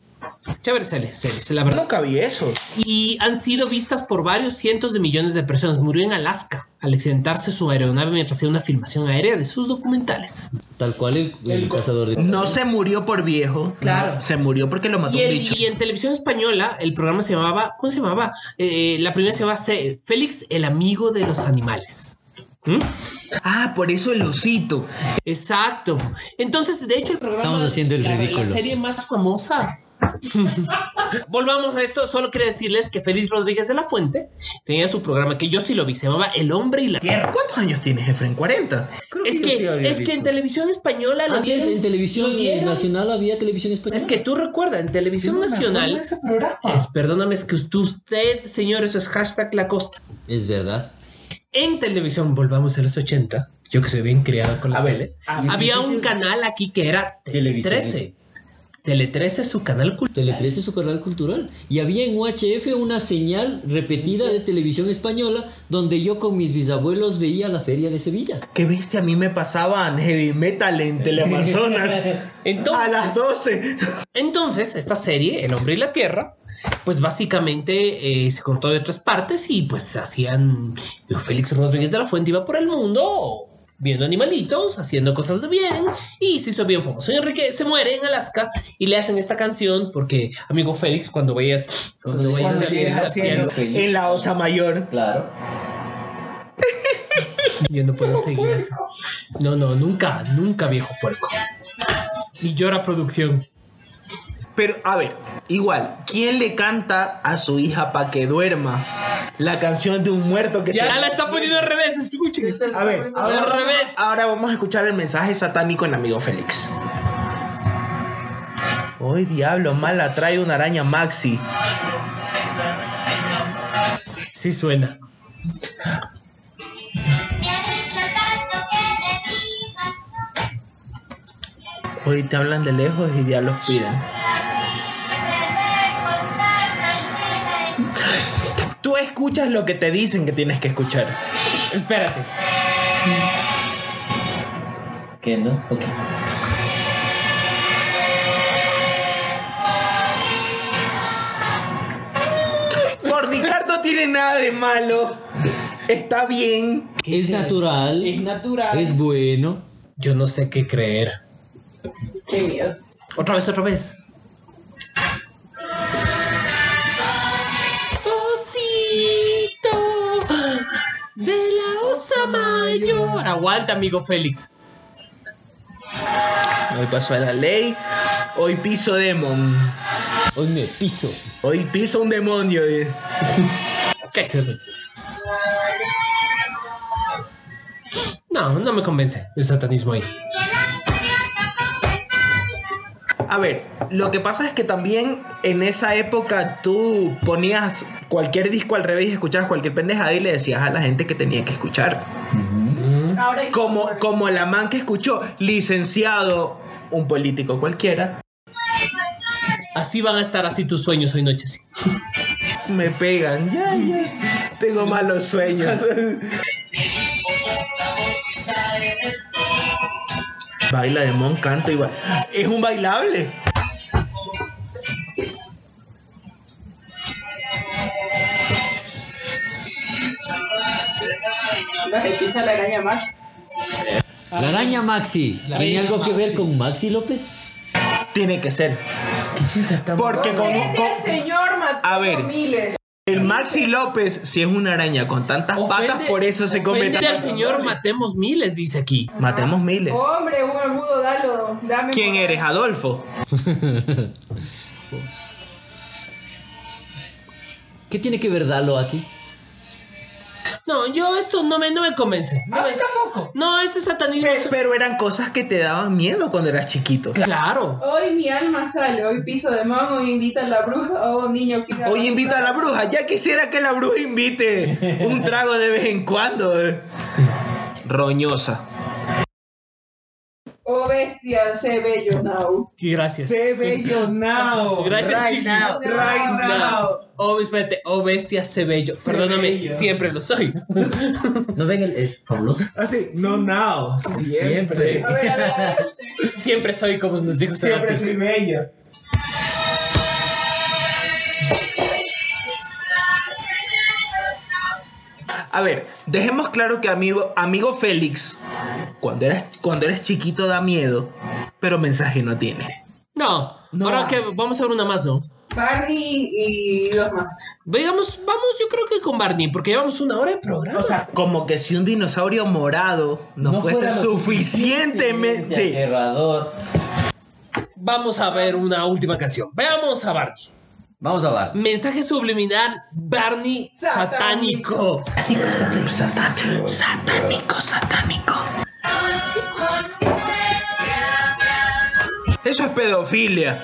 D: Chévere series, series, la
A: Yo
D: verdad.
A: nunca vi eso.
D: Y han sido vistas por varios cientos de millones de personas. Murió en Alaska al accidentarse su aeronave mientras hacía una filmación aérea de sus documentales.
C: Tal cual el, el cazador de...
A: No se murió por viejo.
E: Claro.
A: Se murió porque lo mató
D: Y,
A: un
D: el-
A: bicho.
D: y en televisión española el programa se llamaba, ¿cómo se llamaba? Eh, la primera se llamaba C- Félix, el amigo de los animales. ¿Mm?
A: Ah, por eso el osito.
D: Exacto. Entonces, de hecho, el programa...
C: Estamos haciendo el
D: la-
C: ridículo.
D: La serie más famosa. Volvamos a esto, solo quiero decirles que Félix Rodríguez de la Fuente tenía su programa que yo sí lo vi, se llamaba El Hombre y la...
A: ¿Cuántos años tienes, Efren? ¿40?
D: Es que, es que en televisión española lo
C: Antes
D: dieron-
C: en televisión
D: lo
C: eh,
D: dieron.
C: nacional había televisión española.
D: Es que tú recuerdas, en televisión nacional...
F: Ese programa.
D: Es, perdóname, es que usted, usted, señor, eso es hashtag la costa.
C: Es verdad.
D: En televisión, volvamos a los 80, yo que soy bien criado con la
F: A ver,
D: tele,
F: a-
D: había
F: a-
D: un canal aquí que era Tele
F: Televisión.
D: 13. Tele 13 es su canal cultural.
C: Tele 13 es su canal cultural. Y había en UHF una señal repetida de televisión española donde yo con mis bisabuelos veía la feria de Sevilla.
A: ¿Qué viste? A mí me pasaban heavy metal en Teleamazonas.
D: Entonces-
A: a las 12.
D: Entonces, esta serie, El hombre y la tierra, pues básicamente eh, se contó de tres partes y pues hacían... Félix Rodríguez de la Fuente iba por el mundo viendo animalitos, haciendo cosas de bien y se hizo bien famoso. Enrique se muere en Alaska y le hacen esta canción porque, amigo Félix, cuando veías... Cuando
C: Cuando
D: veías
C: llegas
D: salir al cielo,
A: En la Osa Mayor.
F: Claro.
D: Yo no puedo seguir así. No, no, nunca, nunca viejo puerco. Y llora producción.
A: Pero, a ver, igual, ¿quién le canta a su hija para que duerma la canción de un muerto que
D: Ya,
A: se...
D: la está poniendo al revés, escuchen. escuchen.
F: A ver, ahora-
D: al revés.
A: Ahora vamos a escuchar el mensaje satánico en Amigo Félix. Hoy diablo, mal la trae una araña Maxi.
D: Sí suena.
A: Hoy te hablan de lejos y ya los piden. Tú escuchas lo que te dicen que tienes que escuchar.
E: Espérate.
F: ¿Qué no? Ok.
A: Fornicar no tiene nada de malo. Está bien.
C: Es natural.
E: Es natural.
C: Es bueno.
D: Yo no sé qué creer.
G: Qué miedo.
D: Otra vez, otra vez. Osito de la osa mayor. Aguanta, amigo Félix.
A: Hoy pasó a la ley. Hoy piso demon.
C: Hoy me piso.
A: Hoy piso un demonio. eh.
D: ¿Qué se ve? No, no me convence el satanismo ahí.
A: A ver, lo que pasa es que también en esa época tú ponías cualquier disco al revés y escuchabas cualquier pendejada y le decías a la gente que tenía que escuchar.
E: Ahora
A: Como, como la man que escuchó, licenciado, un político cualquiera,
D: Así van a estar así tus sueños hoy noche. sí.
A: me pegan, ya, ya, tengo malos sueños. Baila de mon, canto igual. Es un bailable.
G: Los hechizos de la araña más.
C: La araña Maxi. ¿Tiene algo que ver con Maxi López?
A: Tiene que ser. Porque con, con-
G: Este señor mató
A: A ver.
G: miles.
A: el Maxi López, si es una araña con tantas patas, por eso se come
D: Vente al
A: tan-
D: señor, Oh. matemos miles, dice aquí.
A: Matemos miles.
G: Hombre, un agudo, dalo. Dame
A: ¿Quién eres, Adolfo?
C: ¿Qué tiene que ver Dalo aquí?
D: No, yo esto no me, no me convence. No, este
H: A mí
D: me-
H: tampoco.
D: no, ese satanismo
A: Pe-
D: es...
A: Pero eran cosas que te daban miedo cuando eras chiquito.
D: Claro.
G: Hoy mi alma sale, hoy piso de mano, hoy invita a la bruja, oh niño que...
A: Hoy invita a la bruja, ya quisiera que la bruja invite un trago de vez en cuando. eh. Roñosa.
G: Oh bestia, sé bello now.
D: Y Gracias.
H: Se bello now.
D: Gracias,
H: right
D: chiquito.
H: now. Right now.
D: Oh, espérate. Oh, bestia, sé bello.
H: Sé
D: Perdóname,
H: bello.
D: siempre lo soy.
C: ¿No ven el, es fabuloso?
H: Así, no now. Siempre.
G: A ver, a ver, a ver.
D: Siempre soy como nos dijo
H: Siempre
D: Cervantes.
H: soy bello.
A: A ver, dejemos claro que amigo, amigo Félix, cuando eras, cuando eres chiquito da miedo, pero mensaje no tiene.
D: No,
H: No.
D: ahora que vamos a ver una más, ¿no?
G: Barney y dos más.
D: Digamos, vamos, yo creo que con Barney, porque llevamos una hora de programa.
H: O sea,
A: Como que si un dinosaurio morado no,
F: No
A: fuese
F: fuera lo
A: suficientemente... sí.
F: Aterrador.
D: vamos a ver una última canción. Veamos a Barney.
C: Vamos a ver.
D: Mensaje subliminal, Barney satánico.
G: Satánico.
A: Satánico, satán- satánico, satánico. Eso es pedofilia.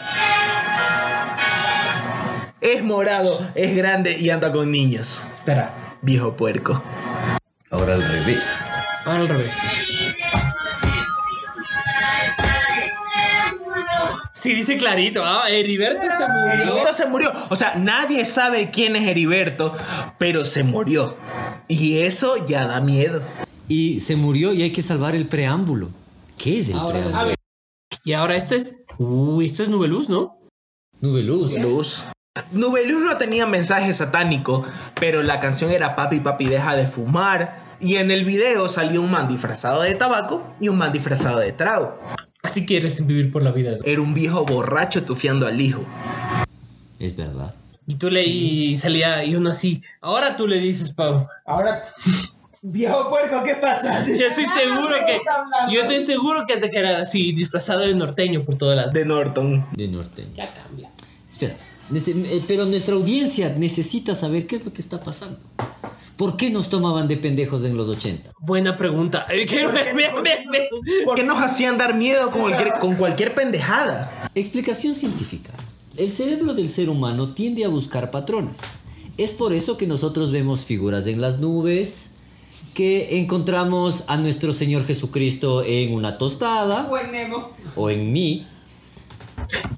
A: Es morado, es grande y anda con niños.
E: Espera.
A: Viejo puerco.
C: Ahora al revés.
D: Ahora al revés. Sí, dice clarito, ¿ah? Heriberto se murió.
A: Heriberto se murió. O sea, nadie sabe quién es Heriberto, pero se murió. Y eso ya da miedo.
C: Y se murió y hay que salvar el preámbulo. ¿Qué es el
E: Ahora-
C: preámbulo?
E: a ver.
D: Y ahora esto es. Uy, esto es Nubeluz, ¿no?
C: Nube luz.
A: Luz. Nubeluz no tenía mensaje satánico, pero la canción era Papi, papi, deja de fumar. Y en el video salió un man disfrazado de tabaco y un man disfrazado de trago.
D: Así quieres vivir por la vida. ¿no?
A: Era un viejo borracho tufiando al hijo.
C: Es verdad.
D: Y tú le y salía y uno así. Ahora tú le dices, Pau.
H: ahora. Viejo puerco, ¿qué pasa?
D: Yo estoy seguro que. Yo estoy seguro que hasta que era así, disfrazado de norteño por toda la.
A: De Norton.
C: De norteño.
D: Ya cambia.
C: Espera, nece- eh, pero nuestra audiencia necesita saber qué es lo que está pasando. ¿Por qué nos tomaban de pendejos en los 80?
D: Buena pregunta. Ay, que- ve, ve, ve, ve.
A: ¿Por qué nos hacían dar miedo con cualquier, con cualquier pendejada?
C: Explicación científica. El cerebro del ser humano tiende a buscar patrones. Es por eso que nosotros vemos figuras en las nubes, que encontramos a nuestro Señor Jesucristo en una tostada
G: Buen Nemo.
C: o en mí.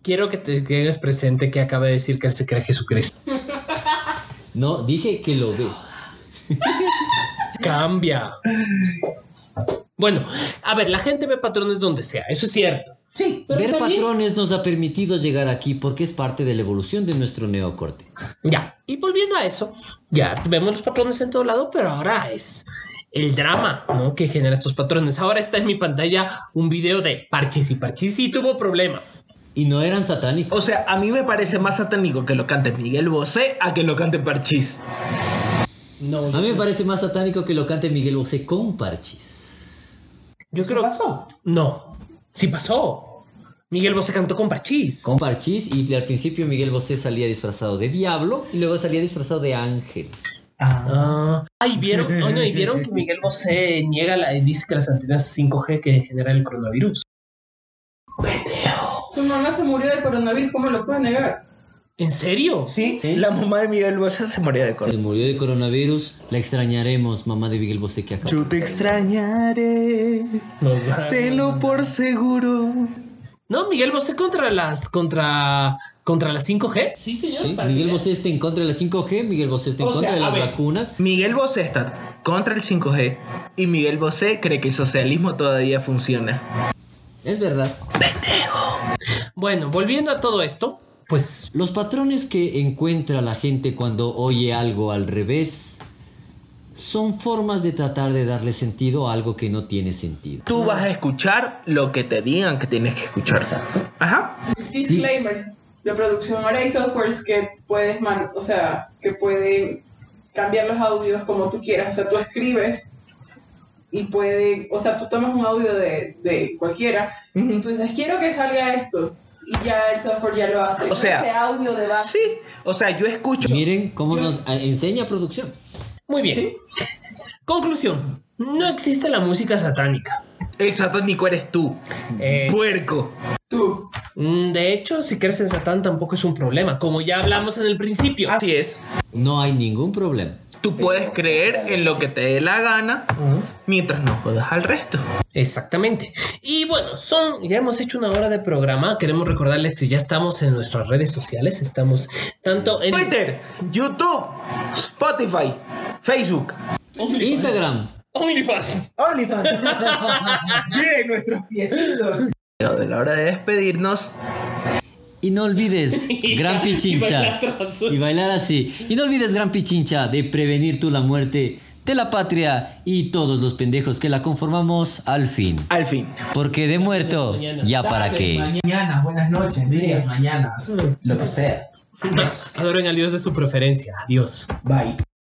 D: Quiero que te tengas presente que acaba de decir que él se cree Jesucristo.
C: No, dije que lo ve.
D: Cambia. Bueno, a ver, la gente ve patrones donde sea, eso es cierto.
H: Sí.
C: Ver patrones nos ha permitido llegar aquí porque es parte de la evolución de nuestro neocórtex.
D: Ya, y volviendo a eso, ya vemos los patrones en todo lado, pero ahora es el drama, ¿no? Que genera estos patrones. Ahora está en mi pantalla un video de Parchis y Parchis y tuvo problemas.
C: Y no eran satánicos.
A: O sea, a mí me parece más satánico que lo cante Miguel Bosé a que lo cante Parchís.
E: No,
C: A mí me parece más satánico que lo cante Miguel Bosé con parchis.
D: Yo
H: ¿Qué
D: creo...
H: pasó?
D: No, sí pasó. Miguel Bosé cantó con Parchis.
C: Con parchis y al principio Miguel Bosé salía disfrazado de diablo y luego salía disfrazado de ángel.
H: Ah.
D: Ah, ay, vieron, Ay, no, y vieron que Miguel Bosé niega la, dice que las antenas 5G que genera el coronavirus.
G: Su mamá se murió de coronavirus, ¿cómo lo puede negar?
D: ¿En serio?
H: Sí.
A: La mamá de Miguel Bosé se moría de
C: Se
A: corazón.
C: murió de coronavirus, la extrañaremos, mamá de Miguel Bosé que acaba.
A: Yo te extrañaré, tenlo por seguro.
D: No, Miguel Bosé contra las contra contra las 5G.
E: Sí, señor.
C: Sí,
E: para
C: Miguel
E: que
C: Bosé está en contra de las 5G, Miguel Bosé está en
H: O sea,
C: contra de
H: a
C: las
H: ver.
C: vacunas.
A: Miguel Bosé está contra el 5G y Miguel Bosé cree que el socialismo todavía funciona.
C: Es verdad.
D: Bueno, volviendo a todo esto, pues
C: Los patrones que encuentra la gente cuando oye algo al revés son formas de tratar de darle sentido a algo que no tiene sentido.
A: Tú vas a escuchar lo que te digan que tienes que escuchar. Ajá.
G: Disclaimer. La producción ahora hay softwares que puedes, man- o sea, que pueden cambiar los audios como tú quieras. O sea, tú escribes y puede, o sea, tú tomas un audio de, de cualquiera y tú dices, quiero que salga esto. y ya el software ya lo hace.
A: O sea,
G: Ese audio de base.
A: Sí, o sea, yo escucho.
C: Miren cómo nos a- enseña producción.
D: Muy bien. Conclusión. No existe la música satánica.
A: El satánico eres tú,
D: Eh,
A: puerco.
G: Tú.
D: mm, de hecho, si crees en Satán tampoco es un problema, como ya hablamos en el principio.
A: Así es.
C: No hay ningún problema.
A: Tú puedes creer en lo que te dé la gana mientras no jodas al resto.
D: Exactamente. Y bueno, son, ya hemos hecho una hora de programa. Queremos recordarles que ya estamos en nuestras redes sociales. Estamos tanto en
A: Twitter, YouTube, Spotify, Facebook.
C: Instagram.
D: OnlyFans.
H: OnlyFans. Miren nuestros piecitos.
A: Pero de la hora de despedirnos,
C: Y no olvides, gran pichincha. Y bailar así. Y no olvides, gran pichincha, de prevenir tú la muerte de la patria y todos los pendejos que la conformamos al fin.
A: al fin.
C: Porque de muerto, ya para qué.
H: Mañana, buenas noches,
D: Mm.
H: días, mañanas, lo que sea.
D: Adoren al Dios de su preferencia. Adiós.
H: Bye.